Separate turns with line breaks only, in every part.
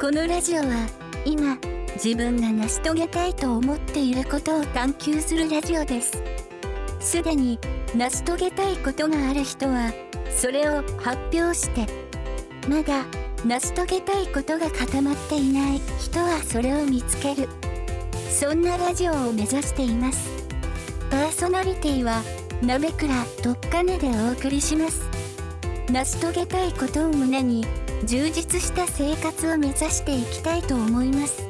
このラジオは今自分が成し遂げたいと思っていることを探求するラジオですすでに成し遂げたいことがある人はそれを発表してまだ成し遂げたいことが固まっていない人はそれを見つけるそんなラジオを目指していますパーソナリティは鍋倉とっかねでお送りします成し遂げたいことを胸に充実した生活を目指していきたいと思います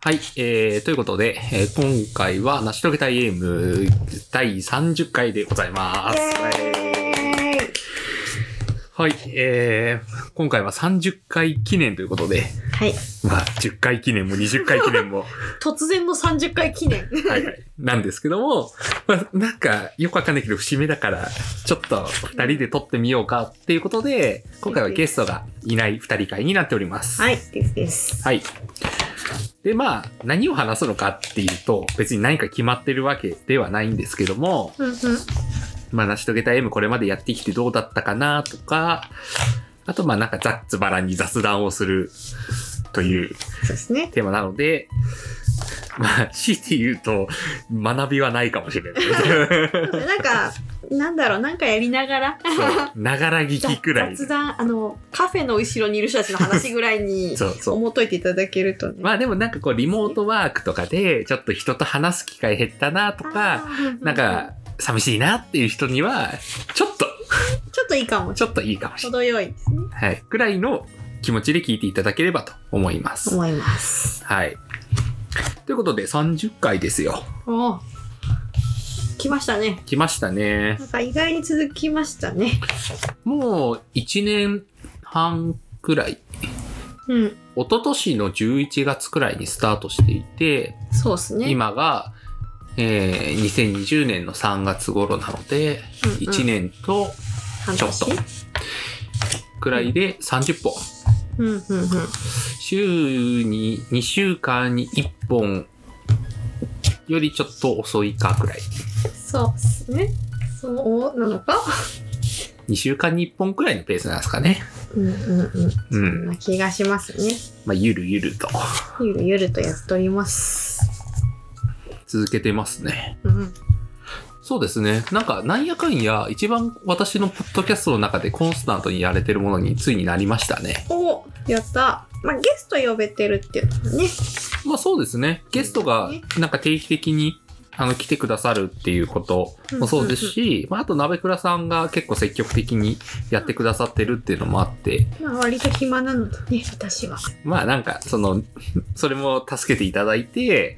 はい、えー、ということで、えー今回は成し遂げたいゲーム第30回でございます。はい、えー、今回は30回記念ということで、
はい。
まあ、10回記念も20回記念も、
突然の30回記念。
はいはい、なんですけども、まあ、なんか、よくわかんないけど、節目だから、ちょっと2人で撮ってみようかっていうことで、今回はゲストがいない2人会になっております。
はい、ですです。
はい。で、まあ、何を話すのかっていうと、別に何か決まってるわけではないんですけども、
うんうん。
まあ、成し遂げた M これまでやってきてどうだったかなとか、あと、まあ、なんか雑バラに雑談をするという
そうですね。
テーマなので、まあ、強いて言うと、学びはないかもし れない。
なんか、なんだろう、なんかやりながら、
そうながら聞きくらい。
雑談、あの、カフェの後ろにいる人たちの話ぐらい に、
そうそう。
思っといていただけるとね。
まあでもなんかこうリモートワークとかでちょっと人と話す機会減ったなとか、
あー、うう
なん、か寂しいなっていう人にはちょっと
ちょっといいかも。
ちょっといいかもしれない。
程よいですね。
はい。くらいの気持ちで聞いていただければと思います。
思います。
はい。ということで30回ですよ。
おー来ましたね。
来ましたね。
なんか意外に続きましたね。
もう1年半くらい。
うん。
一昨年の11月くらいにスタートしていて、
そうですね。
今が、えー2020年の3月頃なので、
うんうん
1年と
半
ちょ
年
っとくらいで30本。
うんうんうん。
週に2週間に1本よりちょっと遅いかくらい。
そうですね。そうなのか
2週間に1本くらいのペースなんですかね。
うんうんうん。
う
そん
ん。
な気がしますね。
まあ、ゆるゆると
ゆるゆるとやっております。
続けてますね。
うん。
そうですね。なんか、なんやかんや、一番私のポッドキャストの中でコンスタントにやれてるものについになりましたね。
おやった。まあ、ゲスト呼べてるっていうのもね。
まあそうですね。ゲストがなんか定期的にあの来てくださるっていうこともそうですし、まああと鍋倉さんが結構積極的にやってくださってるっていうのもあって、
まあ、割と暇なのでね、私は。
まあなんかその、それも助けていただいて、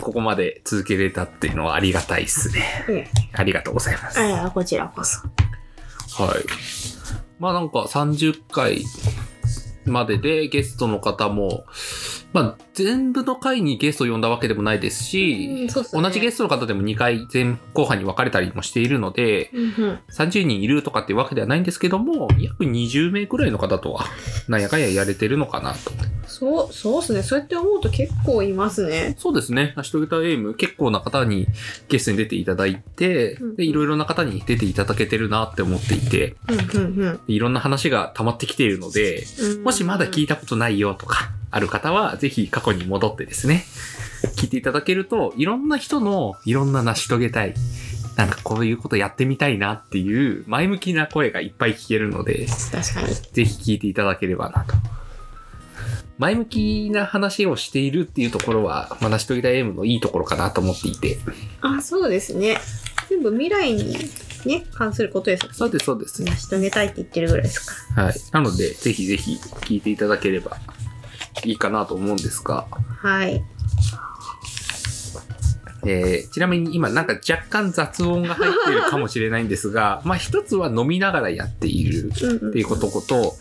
ここまで続けれたっていうのはありがたいですね。
え
ありがとうございます。はい。
え、こちらこそ。
まあなんか30回まででゲストの方も、まあ全部の回にゲストを呼んだわけでもないですし、同じゲ
ス
ストの方でも2回前後半に分かれたりもしているので、
ト。うんうん。
30人いるとかっていうわけではないんですけども、約20名くらいの方とは、なんやかんややれてるのかなと。
そう、そうっすね。そうやって思うと結構いますね。
そうですね。成し遂げたエイム、結構な方にゲストに出ていただいて
うん、
で、いろいろな方に出ていただけてるなって思っていて、
うんうんうん。
いろんな話が溜まってきているので、もしまだ聞いたことないよとか、ある方は、ぜひ過去に戻ってですね、聞いていただけると、いろんな人のいろんな成し遂げたい、なんかこういうことやってみたいなっていう、前向きな声がいっぱい聞けるので、
確かに。
ぜひ聞いていただければなと。前向きな話をしているっていうところは、まあ、成し遂げたい M のいいところかなと思っていて。
あ、そうですね。全部未来にね、関することです。
そうです、そうです。
成し遂げたいって言ってるぐらいですから。
はい。なので、ぜひぜひ聞いていただければいいかなと思うんですが、
はい。
えーちなみに今なんか若干雑音が入っているかもしれないんですが、 まあ一つは飲みながらやっているっ
うんうん
ていうことこと、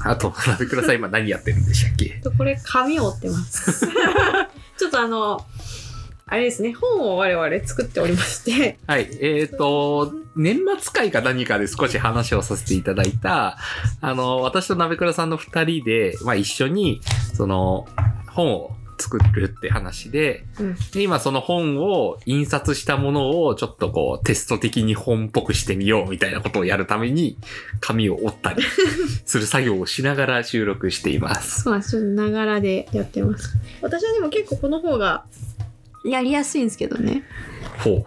あと、鍋倉さん今何やってるんでしたっけ
とこれ紙を折って ます。ちょっとあの、あれですね、本を我々作っておりまして、
はい。えっ、と、年末会か何かで少し話をさせていただいた、あの、私と鍋倉さんの二人で、まあ一緒に、その、本を作るって話で、
うん
で今その本を印刷したものをちょっとこうテスト的に本っぽくしてみようみたいなことをやるために紙を折った りする作業をしながら収録しています。
そうなんですちょっとながらでやってます私はでも結構この方がやりやすいんですけど ね
ほう。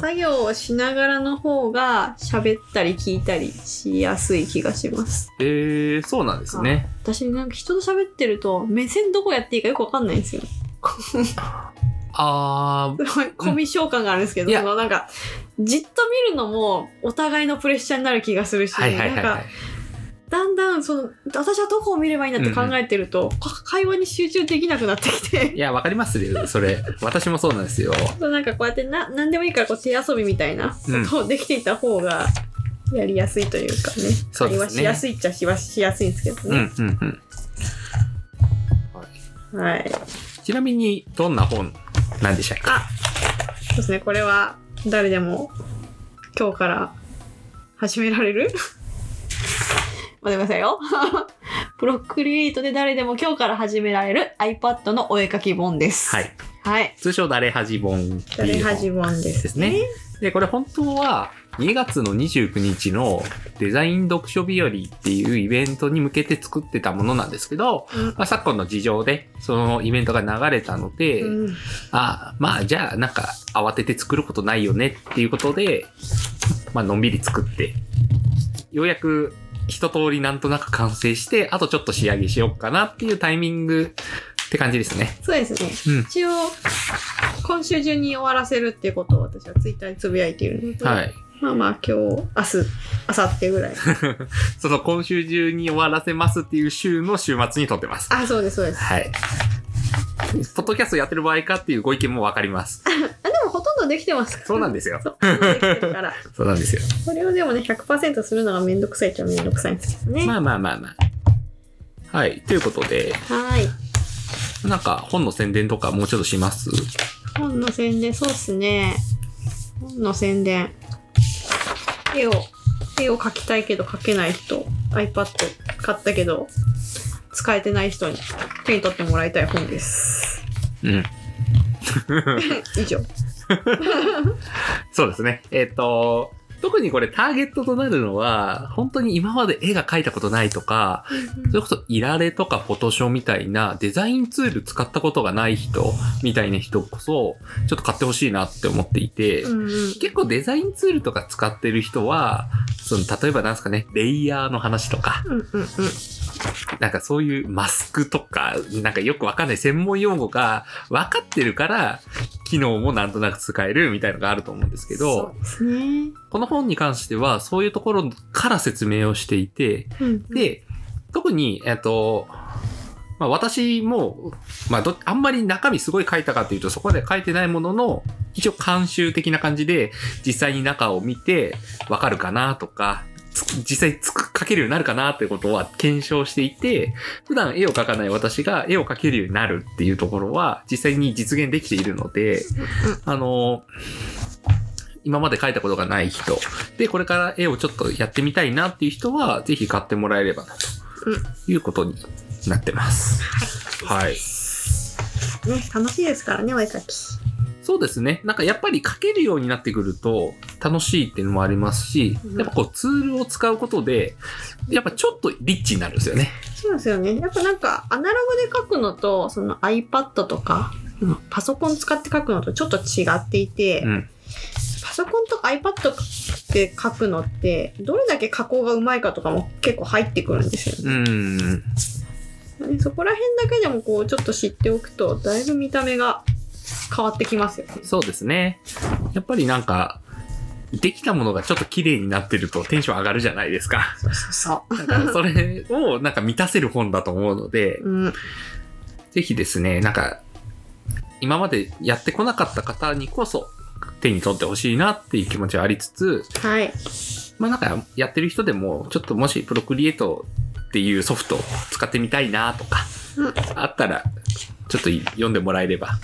作業をしながらの方が喋ったり聞いたりしやすい気がします
えー、そうなんですね。
私なんか人と喋ってると目線どこやっていいかよくわかんないんですよ
あー、
すごいコミュ障感があるんですけど、
いや
そのなんかじっと見るのもお互いのプレッシャーになる気がするし、
はいはいはい、
な
は
ん
い
か。だんだんその私はどこを見ればいいんだって考えてると、か会話に集中できなくなってきて
いや、わかりますよ、それ。私もそうなんですよ。
なんかこうやってな何でもいいからこう手遊びみたいなことをできていた方がやりやすいというかね
そうですね
会話しやすいっちゃしはしやすいんですけど
うん、う
ね、
ん、うん。はい
はい
ちなみに、どんな本なんでしたっけ
あそうですねこれは誰でも今日から始められる 待ってくださいよ プロクリエイトで誰でも今日から始められる iPad のお絵かき本です
はい。
はい
通称、誰はじ本。
誰始まんです
ですね。で、これ本当は、2月の29日のデザイン読書日和っていうイベントに向けて作ってたものなんですけど、
うん
まあ、昨今の事情でそのイベントが流れたので、
うん
あ、まあじゃあなんか慌てて作ることないよねっていうことで、まあのんびり作って、ようやく一通りなんとなく完成して、あとちょっと仕上げしようかなっていうタイミングって感じですね。
そうですね
うん。
一応今週中に終わらせるってことを私はツイッターにつぶやいているのと、
はい。
まあまあ今日明日明後日 ぐらい
その今週中に終わらせますっていう週の週末に撮ってます。
あそうですそうです
はい。ポッドキャストやってる場合かっていうご意見もわかります。
あでもほとんどできてますから
そうなんですよ
そうほとんど できてるから
そうなんですよ。
これをでもね100%するのがめんどくさいっちゃめんどくさいんですけど ね、
まあまあまあまあ。はい。ということで、
はい
なんか本の宣伝とかもうちょっとします
本の宣伝そうっすね本の宣伝絵を絵を描きたいけど描けない人 iPad 買ったけど使えてない人に手に取ってもらいたい本です
うん。
以上
そうですね。えっ、と、特にこれターゲットとなるのは、本当に今まで絵が描いたことないとか、それこそイラレとかフォトショーみたいなデザインツール使ったことがない人みたいな人こそ、ちょっと買ってほしいなって思っていて、
うんうん
結構デザインツールとか使ってる人は、その、例えばなんですかね、レイヤーの話とか、
うんうんうん
なんかそういうマスクとか、なんかよくわかんない専門用語が分かってるから、機能もなんとなく使えるみたいのがあると思うんですけど、
そうですね。
この本に関しては、そういうところから説明をしていて、
うん、
で、特に、えっと、まあ私も、まあど、あんまり中身すごい書いたかというと、そこまで書いてないものの、一応監修的な感じで、実際に中を見て、わかるかなとか、つ実際つく書けるようになるかなってことは検証していて、普段絵を描かない私が絵を描けるようになるっていうところは、実際に実現できているので、あの、今まで描いたことがない人、で、これから絵をちょっとやってみたいなっていう人は、ぜひ買ってもらえればな、ということになってます。 はい。
ね、楽しいですからね、お絵かき。
そうですね。なんかやっぱり描けるようになってくると楽しいっていうのもありますし
う、ん
やっぱこうツールを使うことで、やっぱちょっとリッチになるんですよね。
そうですよね。やっぱなんか、アナログで描くのと、その iPad とか、パソコン使って描くのとちょっと違っていて、
うん。
パソコンとか iPad で描くのって、どれだけ加工がうまいかとかも結構入ってくるんですよね。
うん。
ねそこら辺だけでもこう、ちょっと知っておくと、だいぶ見た目が変わってきますよね。
そうですね。やっぱりなんか、できたものがちょっと綺麗になってるとテンション上がるじゃないですか。
そうそう
だ
そ
からそれをなんか満たせる本だと思うので、
う。うん。
ぜひですね、なんか、今までやってこなかった方にこそ手に取ってほしいなっていう気持ちはありつつ、
はい。
まあなんかやってる人でも、ちょっともしプロクリエイトっていうソフトを使ってみたいなとか
うん、
あったら、ちょっと読んでもらえれば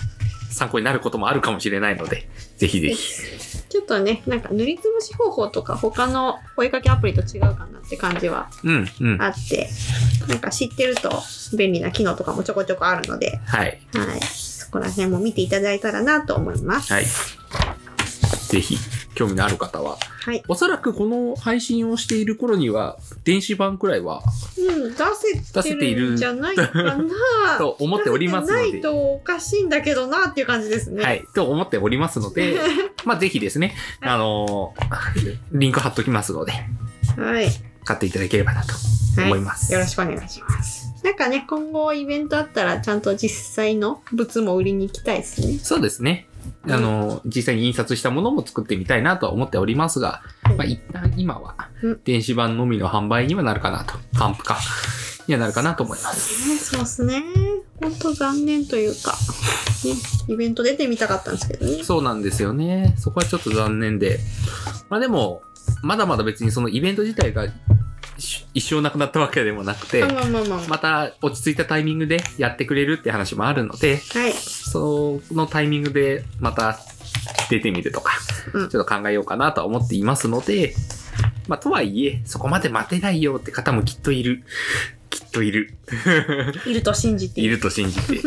参考になることもあるかもしれないので、ぜひぜひ。
ちょっとね、なんか塗りつぶし方法とか他のお絵かきアプリと違うかなって感じは
うん、うん。
あって、なんか知ってると便利な機能とかもちょこちょこあるので、
はい。
はい。そこら辺も見ていただいたらなと思います。
はい。ぜひ、興味のある方は。
はい。
おそらくこの配信をしている頃には、電子版くらいは、
うん、出せてるんじゃないかな
と思っておりますので
出せてないとおかしいんだけどなっていう感じですね。
はい、と思っておりますの で、まあ、ぜひですね、あのーリンク貼っときますので、
はい。
買っていただければなと思います。
よろしくお願いします。なんかね、今後イベントあったら、ちゃんと実際の物も売りに行きたいですね。
そうですね。
うん
あの、実際に印刷したものも作ってみたいなとは思っておりますが、まあ、一旦今は
うん
電子版のみの販売にはなるかなと、還付か、にはなるかなと思います。
ねそうっすね。ほんと残念というか、ね、イベント出てみたかったんですけどね。
そうなんですよね。そこはちょっと残念で。まあでも、まだまだ別にそのイベント自体が一一生なくなったわけでもなくて
あ、まあまあまあま
また落ち着いたタイミングでやってくれるって話もあるので、
あ。はい。
そのタイミングでまた出てみるとか、
うん
ちょっと考えようかなとは思っていますので、まあ、とはいえ、そこまで待てないよって方もきっといる。きっといる。
いると信じて。
いると信じて。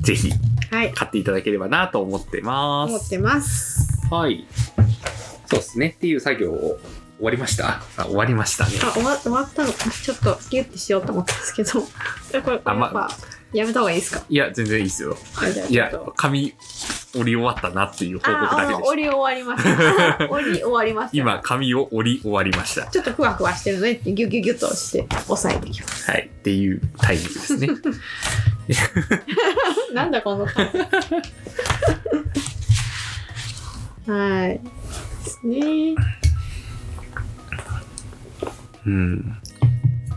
ぜひ、
はい。
買っていただければなと思ってま
思っ
す。
てます。
はい。そうですね。っていう作業を終わりましたあ、終わりましたね。
あ、終わ終わったのか。ちょっとギュッてしようと思ったんですけど。 えこれ、こ
あ
れや
ま
っぱ、やめた方がいいですか
いや、全然いいですよ。
あじゃあ
い
ちょっ
や
と。、
紙折り終わったなっていう報告だ
あ
け
あ、
でした。
折り終わり ました。折り終わりました。
今、紙を折り終わりました。
ちょっとふわふわしてるので、ギュギュギュッとして、押さえていきます。
はい。っていうタイミングですね。
なんだこの感じ。 はい。です ね。
うん。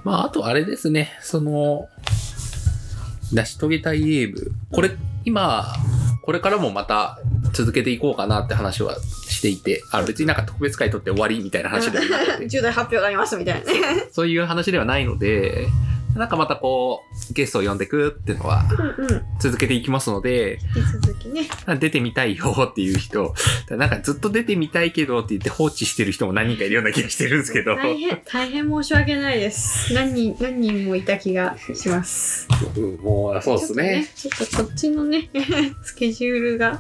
まあ、あとあれですね。その、成し遂げたいゲーム。これ、今、これからもまた続けていこうかなって話はしていて、あ、別になんか特別会取って終わりみたいな話では なくて、
重大発表がありましたみたいなね。
そういう話ではないので、なんかまたこう、ゲストを呼んでくっていうのは
うんうん。
続けていきますので、
引き続きね。
出てみたいよっていう人、なんかずっと出てみたいけどって言って放置してる人も何人かいるような気がしてるんですけど、
大変、大変申し訳ないです。何人、何人もいた気がします。
うんもうそうですね。
ちょっとね。ちょっとこっちのね、 スケジュールが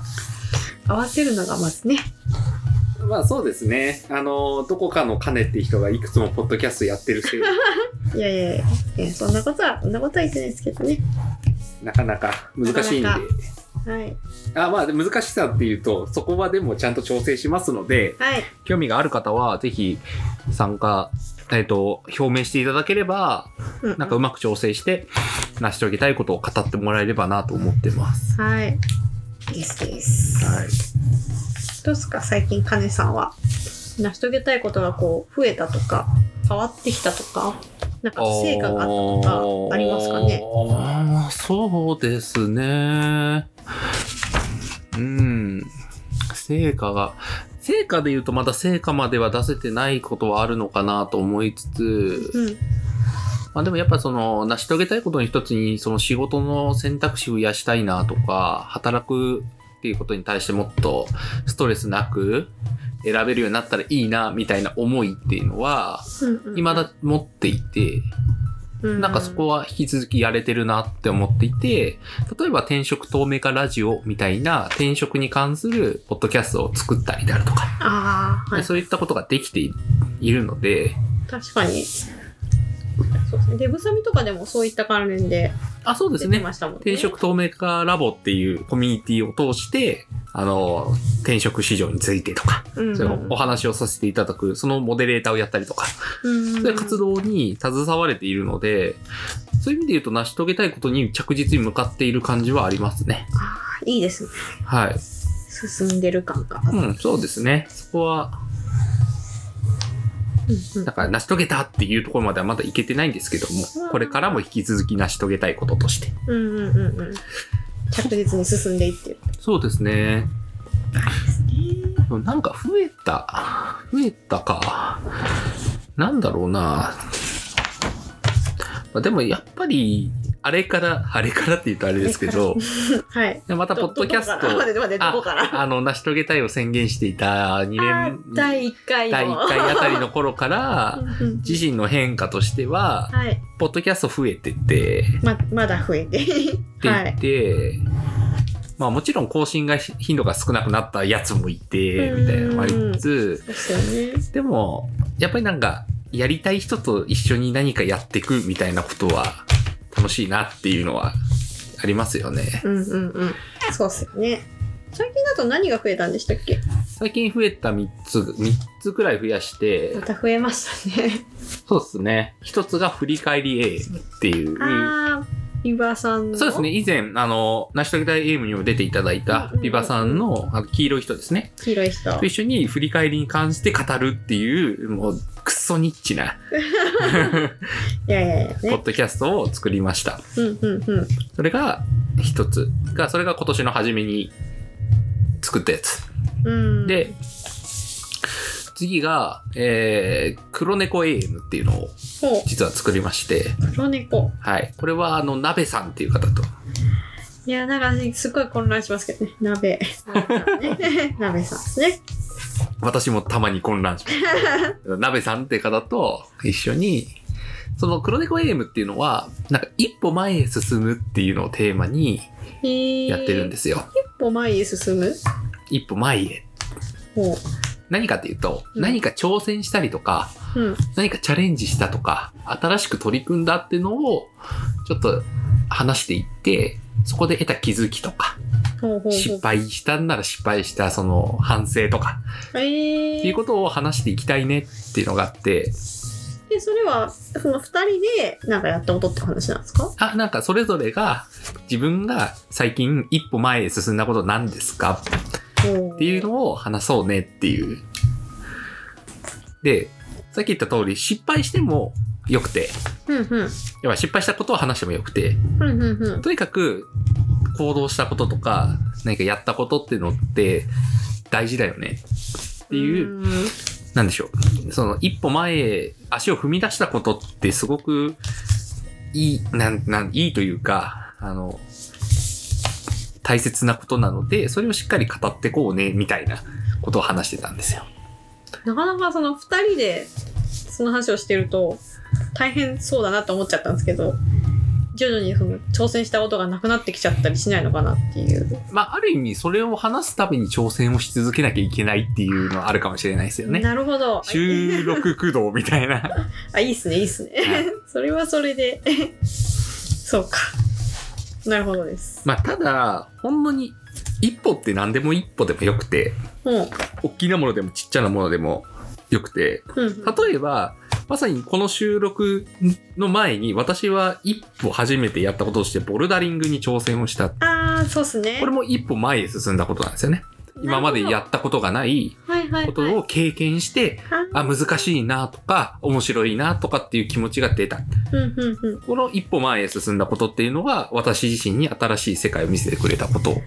合わせるのがまずね。
まあそうですね。あの、どこかのカネって人がいくつもポッドキャストやってる せいで、
いやいやいやいや、そんなことは、そんなことは言ってないですけどね。
なかなか難しいんで。
なかなはい。
あまあ難しさっていうと、そこはでもちゃんと調整しますので、
はい。
興味がある方はぜひ参加、えっ、と、表明していただければ、
う
なんかうまく調整して、成し遂げたいことを語ってもらえればなと思ってます。
はい。ですです。
はい。
どうですか最近、カネさんは。成し遂げたいことがこう、増えたとか、変わってきたとか、なんか成果があったとか、ありますかね
あーそうですね。うん。成果が、成果で言うとまだ成果までは出せてないことはあるのかなと思いつつ、
うん。
まあでもやっぱその、成し遂げたいことの一つに、その仕事の選択肢を増やしたいなとか、働くっていうことに対してもっとストレスなく選べるようになったらいいな、みたいな思いっていうのは、
うん
未だ持っていて、なんかそこ
は、
は引き続きやれてるなって思っていて、例えば転職透明化ラジオみたいな転職に関するポッドキャストを作ったりであるとか、
ああ、はい。
そういったことができていいるので、
確かに。そうですね。デブサミとかでもそういった関連で
あ、そうです
出て
ね。
ましたもんね。
転職透明化ラボっていうコミュニティを通して、あの、転職市場についてとか、
うんうん、
そのお話をさせていただく、そのモデレーターをやったりとか、
うん、
そういう活動に携われているので、そういう意味で言うと成し遂げたいことに着実に向かっている感じはありますね。
あーいいですね。
はい。
進んでる感が。
うん、そうですね。そこは、
うんうん
だから成し遂げたっていうところまではまだいけてないんですけども、これからも引き続き成し遂げたいこととして。
うんうんうんうん。着実に進んでいってる。
そうですね。なんか増えた、増えたか。なんだろうな。まあでもやっぱり、あれから、あれからって言うとあれですけど、
はい。
またポッドキャスト
どどこかな待って待ってどこか
あ
ら
あの、成し遂げたいを宣言していた2
あ
年、
第1回の。
第1回あたりの頃から、
うんうん
自身の変化としては、
はい。
ポッドキャスト増えてって、
ま、まだ増えて。
って
はい
っ。て、まあもちろん更新が頻度が少なくなったやつもいて、みたいなのもありつ
ですよね。
つ、でも、やっぱりなんか、やりたい人と一緒に何かやっていくみたいなことは楽しいなっていうのはありますよね。
うんうんうん。そうっすよね。最近だと何が増えたんでしたっけ
最近増えた3つ、3つくらい増やして
ま、た増えましたね。
そうですね。1つが振り返りエームっていう。
あー、リバーさんの。
そうですね。以前、あの、成し遂げたいエームにも出ていただいた
うんうん
リバさんのあの黄色い人ですね。
黄色い人。
と一緒に振り返りに関して語るっていう、もう、クソニッチな、
いやいやいや
ポ
ね
ッ。ドキャストを作りました。
うんうんうん。
それが、一つが、それが今年の初めに作ったやつ。
うん、
で、次が、えー、黒猫 AM っていうのを
ほ
実は作りまして、
う黒猫
はい。これは、あの、鍋さんっていう方と、
いやなんかねすごい混乱しますけどね鍋 鍋さんですね
私もたまに混乱し ます。鍋さんって方と一緒に、その黒猫 AM っていうのは、なんか一歩前へ進むっていうのをテーマにやってるんですすよ。
一歩前へ進む
一歩前へ。
ほ
何かっていうと、
うん
何か挑戦したりとか、
ううん
何かチャレンジしたとか、新しく取り組んだっていうのを、ちょっと話していって、そこで得た気づきとか、
ほうほうほう
失敗したんなら失敗したその反省とか、
え
っていう
ー、
ことを話していきたいねっていうのがあって、
でそれはその二人でなんかやったことって話なんですか
あ、なんかそれぞれが自分が最近一歩前へ進んだことなんですか
っ
っていうのを話そうねっていう。で、さっき言った通り失敗してもよくて、
うんうん
要は失敗したことを話してもよくて、
うんうんうん
とにかく行動したこととか何かやったことっていうのって大事だよねっていう、
うん
なんでしょう。その一歩前へ足を踏み出したことってすごくいい、なん、なん、いいというか、あの、大切なことなので、それをしっかり語ってこうね、みたいなことを話してたんですよ。
なかなかその2人でその話をしてると大変そうだなと思っちゃったんですけど徐々にその挑戦したことがなくなってきちゃったりしないのかなっていう、
まあ、ある意味、それを話すために挑戦をし続けなきゃいけないっていうのはあるかもしれないですよね。
なるほど
収録駆動みたいな。
あいいっすねいいっすねそれはそれで そうかなるほどです
まあ、ただ、ほんのに、一歩って何でも一歩でもよくて、
もう、
大きなものでもちっちゃなものでもよくて、
うんうん、
例えば、まさにこの収録の前に私は一歩初めてやったこととしてボルダリングに挑戦をした。こ
ああそうっすね
れも一歩前へ進んだことなんですよね。今までやったことがない
なるほどはいはいはい
ことを経験して、
あ
あ、難しいなとか、面白いなとかっていう気持ちが出た。
うんうんうん
この一歩前へ進んだことっていうのが私自身に新しい世界を見せてくれたこと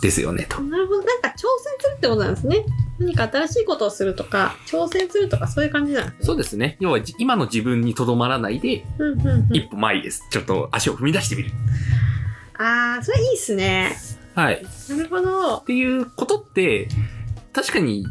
ですよねと。
なるほどなんか挑戦するってことなんですね何か新しいことをするとか挑戦するとかそういう感じなんですね
そうですね。要はじ今の自分にとどまらないで、
うんうんうん
一歩前です。ちょっと足を踏み出してみる。
ああ、それいいっすね。
はい。
なるほど
っ。ていうことって、確かに、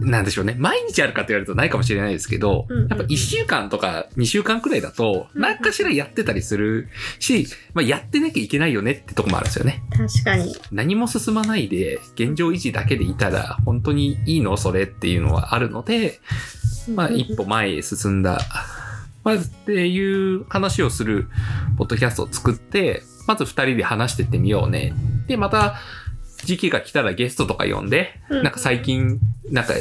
んなんでしょうね。毎日あるかと言われるとないかもしれないですけど、
うんうん
やっぱ1週間とか2週間くらいだと、
うん
何かしらやってたりするし、まあ、やってなきゃいけないよねってとこもあるんですよね。
確かに。
何も進まないで、現状維持だけでいたら、本当にいいのそれっていうのはあるので、まあ、
うんうん
一歩前へ進んだ、 まあ、っていう話をする、ポッドキャストを作って、まず二人で話してってみようね。で、また、時期が来たらゲストとか呼んで、
うん
なんか最近、なんか、う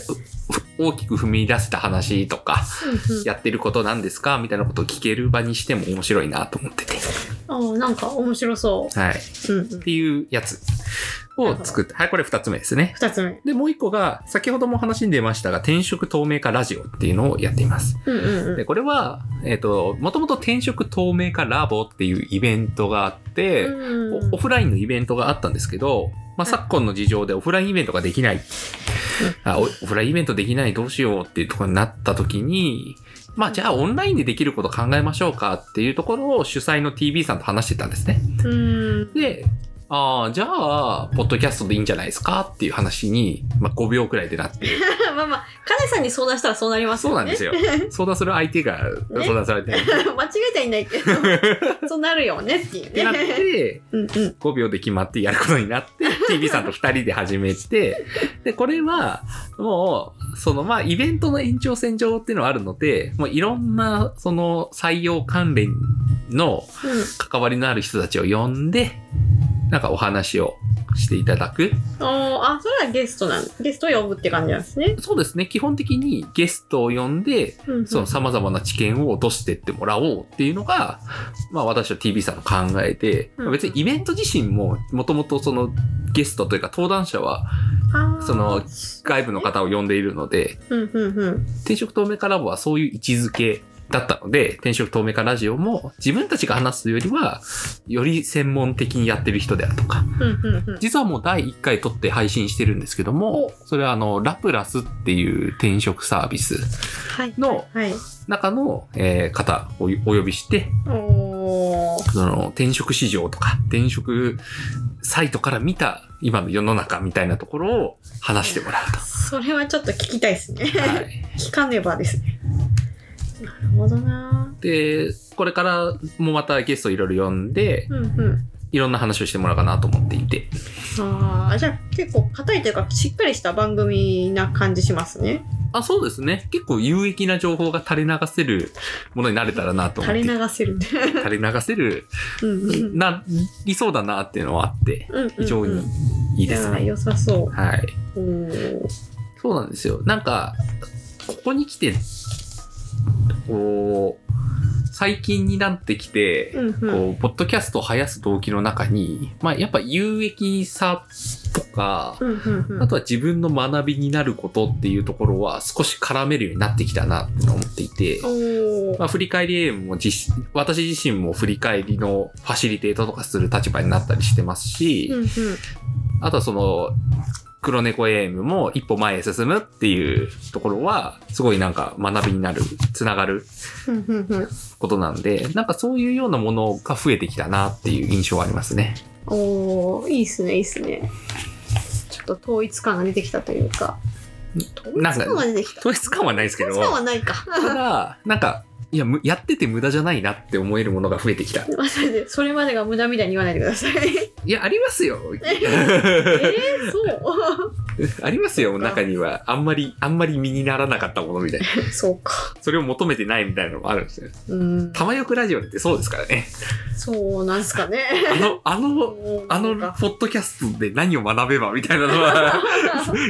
大きく踏み出せた話とか、
うんうん
やってることなんですかみたいなことを聞ける場にしても面白いなと思ってて。
ああ、なんか面白そ
はい。っ
う。うんうん。
ていうやつを作って、はい、これ二つ目ですね。
二つ目。
で、もう一個が、先ほども話に出ましたが、転職透明化ラジオっていうのをやっています。
うんうんう
で、
ん。
これは、えっ、と、もともと転職透明化ラボっていうイベントがあって、
うん
おオフラインのイベントがあったんですけど、まあ、昨今の事情でオフラインイベントができない、あおオフラインイベントできないどうしようっていうところになった時に、まあじゃあオンラインでできること考えましょうかっていうところを主催の TB さんと話してたんですね。
うん。
で、ああ、じゃあ、ポッドキャストでいいんじゃないですかっていう話に、まあ5秒くらいでなって。
まあまあ、カネさんに相談したらそうなります
そう
よ
なん
ね。
ですよ。相談する相手が相談されて。っ
間違えてはいないけ ど、そうなるよねっていう
てなっ
ね。
て、
うんうん。
5秒で決まってやることにな って、TV さんと2人で始めて、で、これは、もう、その、まあ、イベントの延長線上っていうのはあるので、もういろんな、その、採用関連の関わりのある人たちを呼んで、なんかお話をしていただく。
うん、おーあ、それはゲストなんゲストを呼ぶって感じなんですね。
そうですね、基本的にゲストを呼んで、
うん、
その様々な知見を落としてってもらおうっていうのが、まあ私は TV さんの考えで、
うん
別にイベント自身ももともとそのゲストというか登壇者は
あー
その外部の方を呼んでいるので、
うんうんうん。
転職透明化ラボはそういう位置づけだったので、転職透明化ラジオも自分たちが話すというよりは、より専門的にやってる人であるとか、
うんうんうん。
実はもう第1回撮って配信してるんですけども、それはあの、ラプラスっていう転職サービス
はい。
の
はい。
中の、えー方をお呼びして、
おー
その転職市場とか転職サイトから見た今の世の中みたいなところを話してもらう
それはちょっと聞きたいですね。
と。はい、
聞かねばですね。なるほどな。
でこれからもまたゲストいろいろ呼んで
うんうん。
いろんな話をしてもらおうかなと思っていて
ああ、じゃあ結構硬いというか、しっかりした番組な感じしますね。
あそうですね結構有益な情報が垂れ流せるものになれたらなと思っ
垂れ
て
流せ る。
垂れ流せる
うんうんうん。
なりそうだなっていうのはあって
うんうんうん
非常にいいです
やー
ね。
良さそ
はい、
う。おー
そうなんですよ。なんか、ここに来て、こう、最近になってきて、
うんうん。
こう、ポッドキャストを生やす動機の中に、まあ、やっぱ有益さとか、
うんうんうん。
あとは自分の学びになることっていうところは少し絡めるようになってきたなって思っていて、
おー
まあ、振り返り AM も実施私自身も振り返りのファシリテートとかする立場になったりしてますし、
うんうん。
あとはその、黒猫エイムも一歩前へ進むっていうところは、すごいなんか学びになる、つながる
うんうんうん。
ことなんで、なんかそういうようなものが増えてきたなっていう印象はありますね。
おーいいっすね、いいっすね。ちょっと統一感が出てきたというか。統一
なんか
感が出てきた。
統一感はないですけど、
統一感は
た
ないか。
だ、なんか、いや、むやってて無駄じゃないなって思えるものが増えてきた。い
まあそれでそれまでが無駄みたいに言わないでください。
や、あります よ。
えー、そう。
ありますよ。中には、あんまり、あんまり身にならなかったものみ たいな。
そうか。
それを求めてないみたいなのもあるんですよ。
うん。
たまよくラジオってそうですから ね。
そうなんすかね。
あの、あの、
もう
あの、
なんか
ポッドキャストで何を学べばみたいなの は、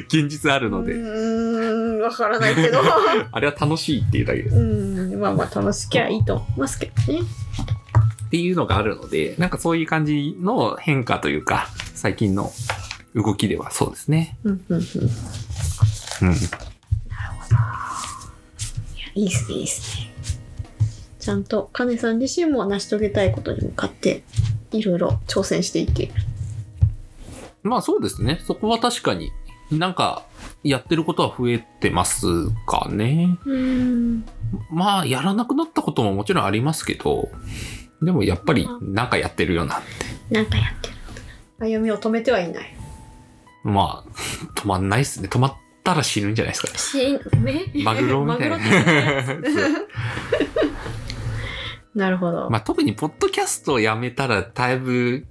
現実あるの
う
で、
ーん、わからな いけど。
あれは楽しいっていうだけで
うん、まあまあ楽しきゃいいと思いますけどね。
っていうのがあるので、なんかそういう感じの変化というか、最近の動きではそうですね。
うんうんうん。い
うん。
や、いいっすね、いいっすね。ちゃんと、カネさん自身も成し遂げたいことに向かって、いろいろ挑戦していって。
まあそうですね。そこは確かに、なんか、やってることは増えてますかね。
うん。
まあ、やらなくなったことももちろんありますけど、でもやっぱりなんかやってるような。
なんかやってる。歩みを止めてはいない。
まあ、止まんないですね。止まったら死ぬんじゃないですか。
しね、
マグロみたいな
マグロってねなるほど。
まあ、特にポッドキャストをやめたらだいぶ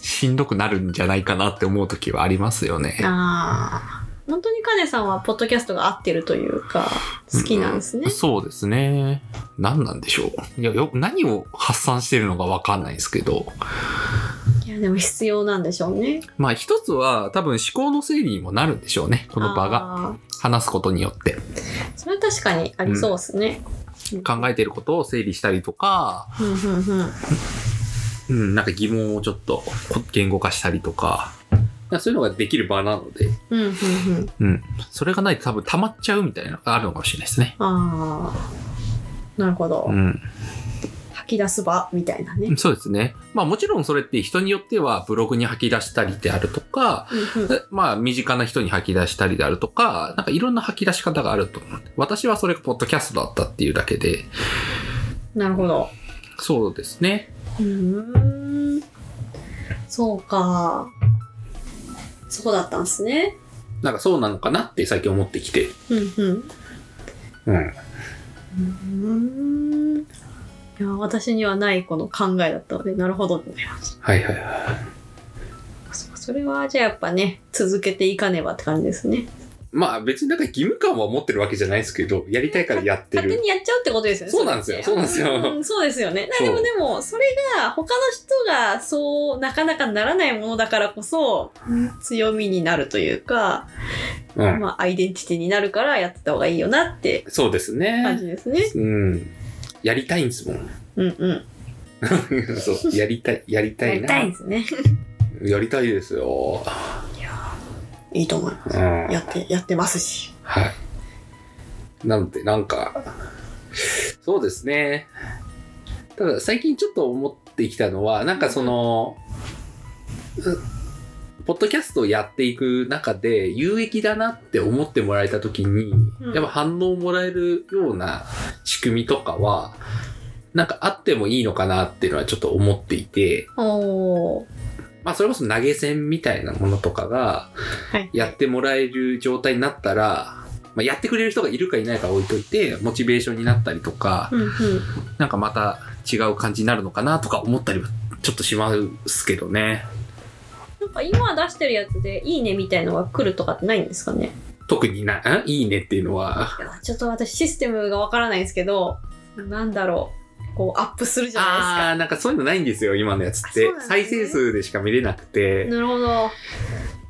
しんどくなるんじゃないかなって思う時はありますよね。
ああ。本当にカネさんはポッドキャストが合ってるというか、好きなんですね。
そうですね。何なんでしょう。いや、よ、何を発散してるのかわかんないですけど。
いや、でも必要なんでしょうね。
まあ一つは多分思考の整理にもなるんでしょうね。この場が
が。
話すことによって
それは確かにありそうですね。
考えてることを整理したりとか、
うんうんうん。
うん、なんか疑問をちょっとこ言語化したりとか、なんかそういうのができる場なので、
うんうんうん。
うん。それがないと多分溜まっちゃうみたいなのがあるのかもしれないですね。
ああ。なるほど。
うん。
派吐き出す場みたいな ね。
そうですね。まあもちろんそれって人によってはブログに吐き出したりであるとか、
うんうん
えまあ身近な人に吐き出したりであるとか、なんかいろんな吐き出し方があると思う。私はそれがポッドキャストだったっていうだけで、
なるほど。
そうですね。
うーん。そうか。そうだったんですね。
なんかそうなのかなって最近思ってきて。
うんうん。
うん。
うーんいや私にはないこの考えだったのでなるほどって思います
はいはいはい。
そそれはじゃあやっぱね続けていかねばって感じですね
まあ別になんか義務感は持ってるわけじゃないですけど、やりたいからやって
勝手
る。
にやっちゃうってことですよね
そうなんですよ
れって
そうなんですよ
うんそうですよね
そ
だ
う
でもでもそれが他の人がそうなかなかならないものだからこそ強みになるというか、
うん。
まあ、アイデンティティになるからやってた方がいいよなって
そうです
感
ね。
じですね
うん。やりたいんですもん。
うんうん
そう。やりたい、やりた
や
い
り
な。
たいですね
やりたいですよ。
いいと思いま
う
す
ん。
やってやってますし
はい。なので、なんか、そうですね。ただ、最近ちょっと思ってきたのは、なんかその、うポッドキャストをやっていく中で、有益だなって思ってもらえた時に、
うん
やっぱ反応をもらえるような仕組みとかは、なんかあってもいいのかなっていうのはちょっと思っていて、
おー
まあそれこそ投げ銭みたいなものとかが、
はい
やってもらえる状態になったら、まあ、やってくれる人がいるかいないかは置いといて、モチベーションになったりとか、
うんうん
なんかまた違う感じになるのかなとか思ったりはちょっとしますけどね。
なんか今出してるやつで「いいね」みたいのが来るとかってないんですかね
特にな、んいいねっていうのは。
いやちょっと私システムがわからないんですけどなんだろうこうアップするじゃな
あー、なんかそういうのないんですよ、今のやつっ
あ
て。
そうなんですね
再生数でしか見れなく
い
て
ですか。なるほど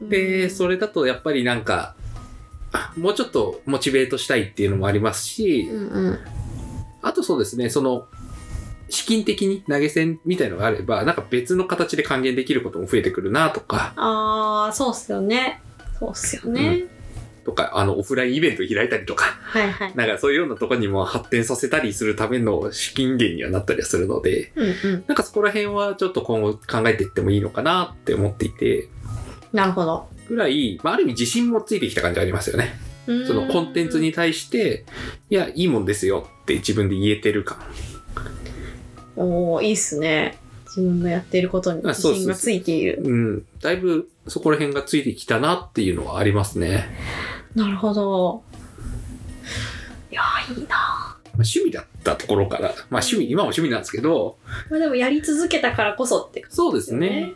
う
で、
ん
それだとやっぱりなんか、あもうちょっとモチベートしたいっていうのもありますし、
うんうん
あとそうですね、その、資金的に投げ銭みたいのがあれば、なんか別の形で還元できることも増えてくるなとか、
ああそうっすよねそうっすよね、
とか、あの、オフラインイベント開いたりとか、
はいはい
なんかそういうようなとこにも発展させたりするための資金源にはなったりはするので、
うんうん
なんかそこら辺はちょっと今後考えていってもいいのかなって思っていて、
なるほど
ぐらい、まあある意味自信もついてきた感じありますよね。そのコンテンツに対して、いや、いいもんですよって自分で言えてる感。
おおいいっすね自分のやっていることに
あ
自
そうそう
信がついている
うん、だいぶそこら辺がついてきたなっていうのはありますね。
なるほどいやーいいな
まあ趣味だったところから、まあ趣味、今も趣味なんですけど、
まあでもやり続けたからこそって感
そうで
じですすよ
ね
ね。。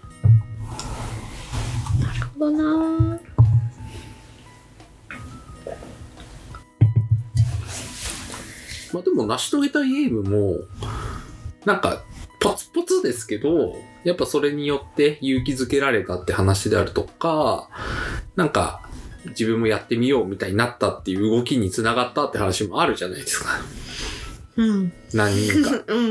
なるほどな。
まあでも成し遂げたいゲームも、なんか、ポツポツですけど、やっぱそれによって勇気づけられたって話であるとか、なんか、自分もやってみようみたいになったっていう動きにつながったって話もあるじゃないですか。
うん。
何人か。
うんうん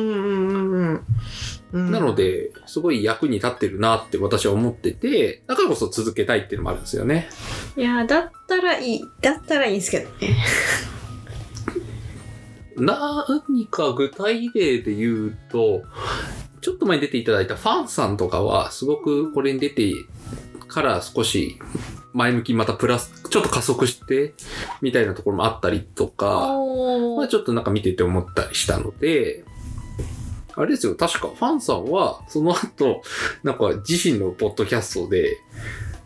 うん うん。
なので、すごい役に立ってるなって私は思ってて、だからこそ続けたいっていうのもあるんですよね。
いやだったらいいだったらいいんですけどね。
何か具体例で言うと、ちょっと前に出ていただいたファンさんとかは、すごくこれに出てから少し前向き、またプラス、ちょっと加速して、みたいなところもあったりとか、
お
まあ
ー
ちょっとなんか見てて思ったりしたので、あれですよ、確かファンさんは、その後、なんか自身のポッドキャストで、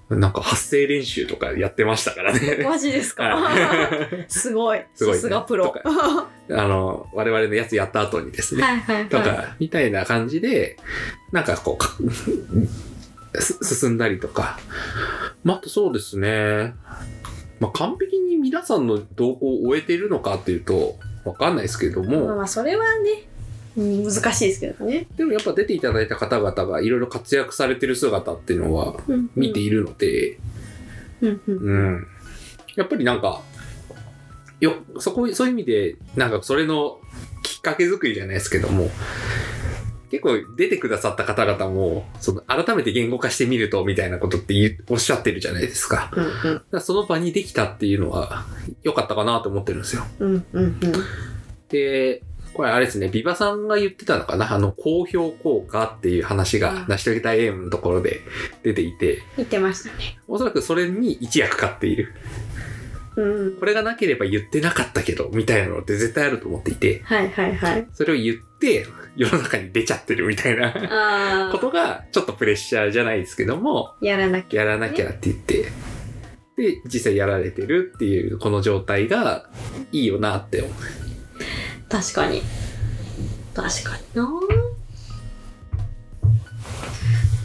なんか発声練習とかやってましたから ね。
マジですか。
は
すごい。
すごいね
さすがプロ。
とかいあの、我々のやつやった後にですね、
はいはい
とか、
は
みたいな感じで、なんかこうか、 す進んだりとか。まあ、あとそうですね。まあ、完璧に皆さんの動向を終えているのかっていうと、わかんないですけど
い。まあ
も、
まあそれはねうん難しいですけどね。
でもやっぱ出ていただいた方々がいろいろ活躍されてる姿っていうのは
うん
見ているので、
うんうん
うん。やっぱりなんか、よ、そこ、そういう意味で、なんかそれのきっかけ作りじゃないですけども、結構出てくださった方々も、その改めて言語化してみるとみたいなことって言うおっしゃってるじゃないですか。だか
うんうん
らその場にできたっていうのは良かったかなと思ってるんですよ。
うんうんうん
で、これあれですね、ビバさんが言ってたのかなあの、高評効果っていう話
う
が
ん、
成し遂げたいエームのところで出ていて、
言ってましたね。
おそらくそれに一役買っている。
うん。
これがなければ言ってなかったけど、みたいなのって絶対あると思っていて、
はいはいはい。
それを言って、世の中に出ちゃってるみたいな
あ
ことが、ちょっとプレッシャーじゃないですけども、
あ、やらなきゃ。
やらなきゃって言って、で、実際やられてるっていう、この状態が、いいよなって思う。
確かに。確かにな。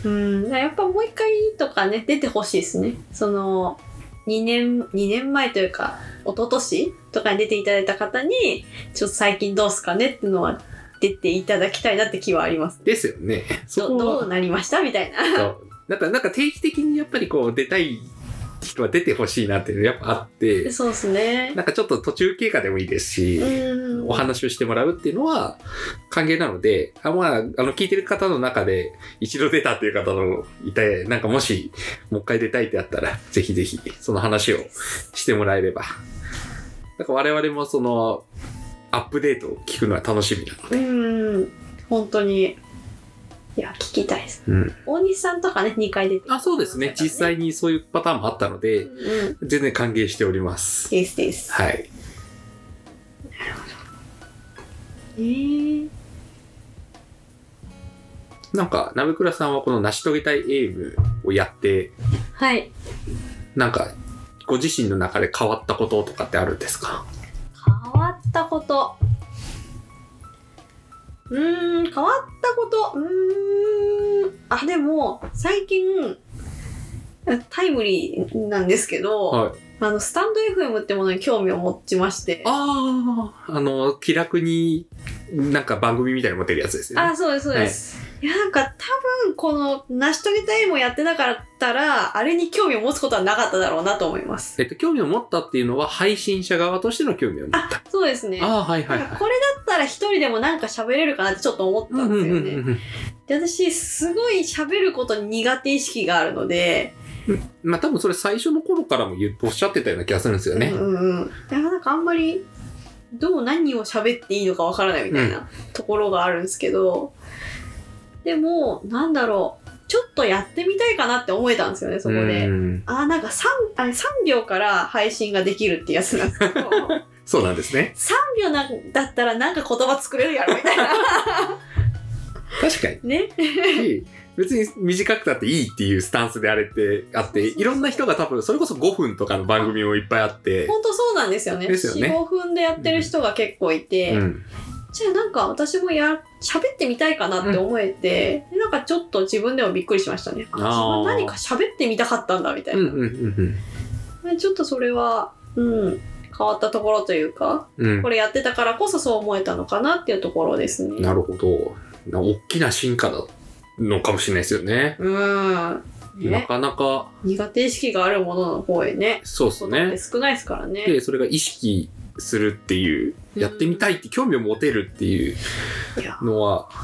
うん、やっぱもう一回とかね、出てほしいですね。その、2年、2年前というか、一昨年とかに出ていただいた方に、ちょっと最近どうすかねっていうのは出ていただきたいなって気はあります。
ですよね。そこ
ど
は
どうなりましたみたいな。
そうだからなんか定期的にやっぱりこう出たい人は出てほしいなっていうのやっぱあって、
そうですね。
なんかちょっと途中経過でもいいですし、
うん。
お話をしてもらうっていうのは歓迎なので、あまあ、あの、聞いてる方の中で一度出たっていう方のいて、なんかもし、もう一回出たいってあったら、ぜひぜひ、その話をしてもらえれば。なんか我々もその、アップデートを聞くのは楽しみなので。
うん。本当に。いや、聞きたいです。
うん。
大西さんとかね、2回出て。
あ、そうですね。実。際にそういうパターンもあったので、
うん。
全然歓迎しております。
ですです。
はい。
えー、
なんか、鍋倉さんはこの成し遂げたいエイムをやって、
はい。
なんか、ご自身の中で変わったこととかってあるんですか
変わったこと。うーん、変わったこと。うーん。あ、でも、最近、タイムリーなんですけど、
はい。
あの、スタンド FM ってものに興味を持ちまして。
ああ、あの、気楽に、なんか番組みたいに持てるやつですよね。
あ、そうです、そうです。い、や、なんか多分、この、成し遂げたいもやってなかったら、あれに興味を持つことはなかっただろうなと思います。
えっと、興味を持ったっていうのは、配信者側としての興味を持った。あ
そうですね。
あー、はいはい
なんか
はい。
これだったら一人でもなんか喋れるかなってちょっと思ったんですよね。
うん。
で、私、すごい喋ることに苦手意識があるので、
まあ多分それ最初の頃からも言うおっしゃってたような気がするんですよね
う。んうんうん。いやなんかあんまり、どう何を喋っていいのかわからないみたいなところがあるんですけど、でも、なんだろう、ちょっとやってみたいかなって思えたんですよね、そこで。
うん
あーなんか 3, あれ3秒から配信ができるってやつなんですけど 3
そうなんですね。
秒なんだったらなんか言葉作れるやろみたいな
確 かに。
ね
し別に短くたっていいっていうスタンスであれってあっていろんな人が多分それこそ5分とかの番組もいっぱいあって、
ほんとそうなんですよね
ですよね
45分でやってる人が結構いて、
うん、
じゃあなんか私もや喋ってみたいかなって思えて、なんかちょっと自分でもびっくりしましたねあ自
あー
分何か喋ってみたかったんだみたい
うん
な
うん、うん
ちょっとそれはうん変わったところというか
うん
これやってたからこそそう思えたのかなっていうところですね
なるほどな大きな進化だのかもしれないですよね
うん
な
ね
かなか
苦手意識があるものの方へね
そうです
そうだって
ね
少ないですからね
でそれが意識するっていうやってみたいって興味を持てるっていう
いや
のは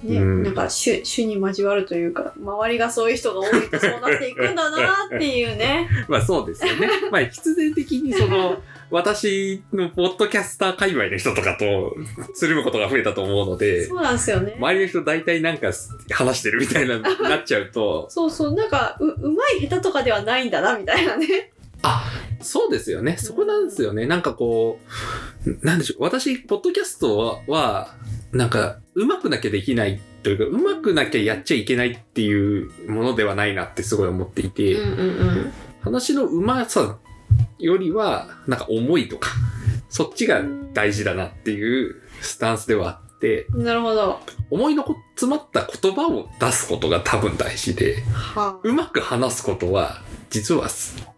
ね、
うん
なんか種種に交わるというか周りがそういう人が多いとそうなっていくんだなっていうね
まあそうですよ ね。まあ必然的にその、私のポッドキャスター界隈の人とかと、つるむことが増えたと思うので、
そうなんですよね
周りの人大体なんか話してるみたいな、なっちゃうと、
そうそうなんかううまい下手とかではないんだなみたいなね
あ、そうですよね。そこなんですよね。なんかこう、なんでしょう。私、ポッドキャストは、はなんか、うまくなきゃできないというか、うまくなきゃやっちゃいけないっていうものではないなってすごい思っていて、
うんうん
話のうまさよりは、なんか思いとか、そっちが大事だなっていうスタンスではあって、
うんなるほど
思いのこ詰まった言葉を出すことが多分大事で、
は
うまく話すことは、実は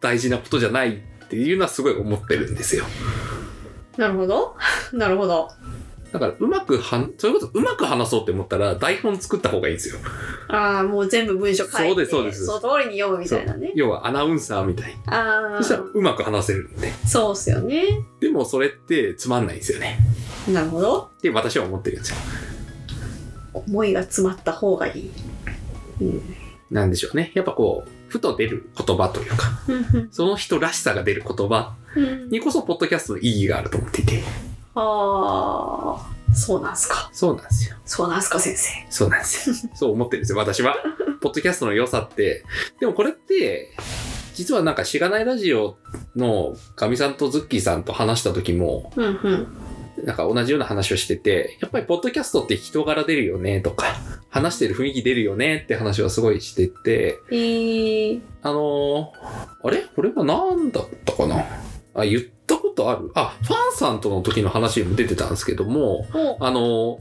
大事なことじゃないっていうのはすごい思ってるんですよ。
あなるほど なるほど
だから、うまくは、それこそうまく話そうって思ったら、台本作った方がいいんですよ。
ああもう全部文章書いて
そうですそうです
その通りに読むみたいなね
要はアナウンサーみたいに。
あ
そ
あ
したら、うまく話せるんで。
そうっすよね
でも、それってつまんないんですよね。
なるほど
って私は思ってるんですよ。
思いが詰まった方がいい、うん、
なんでしょうね。やっぱこう、ふと出る言葉というか、その人らしさが出る言葉
うん
にこそ、ポッドキャストの意義があると思っていて。
はあそうなんすか。
そうなんですよ。
そうなんすか、先生。
そうなんですよ。そう思ってるんですよ、私は。ポッドキャストの良さって。でもこれって、実はなんか、しがないラジオのかみさんとズッキーさんと話した時も、
うんうん。
なんか同じような話をしてて、やっぱりポッドキャストって人柄出るよねとか、話してる雰囲気出るよねって話はすごいしてて、
えー、
あのーあれこれは何だったかなあ、言ったことあるあ、ファンさんとの時の話にも出てたんですけども、
お
あのー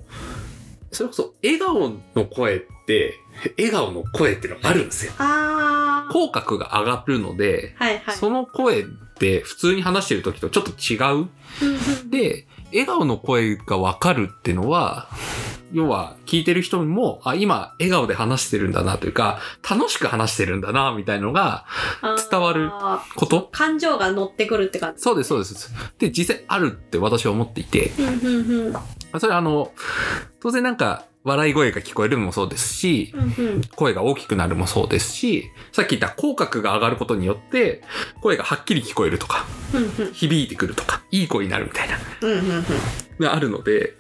それこそ笑顔の声って、笑顔の声ってのがあるんですよ。
あー。
口角が上がるので、
はいはい。
その声って普通に話してる時とちょっと違う。
うんうん
で、笑顔の声がわかるってのは、要は聞いてる人も、あ、今笑顔で話してるんだなというか、楽しく話してるんだな、みたいのが、
あー
伝わること
感情が乗ってくるって感じ。
そうです、そうですそうです。で、実際あるって私は思っていて、
うんうんうん。
それはあの、当然なんか、笑い声が聞こえるのもそうですし、
うんうん。
声が大きくなるもそうですし、さっき言った口角が上がることによって、声がはっきり聞こえるとか、
うんうん。
響いてくるとか、いい声になるみたいな、
うんうんうん。
があるので、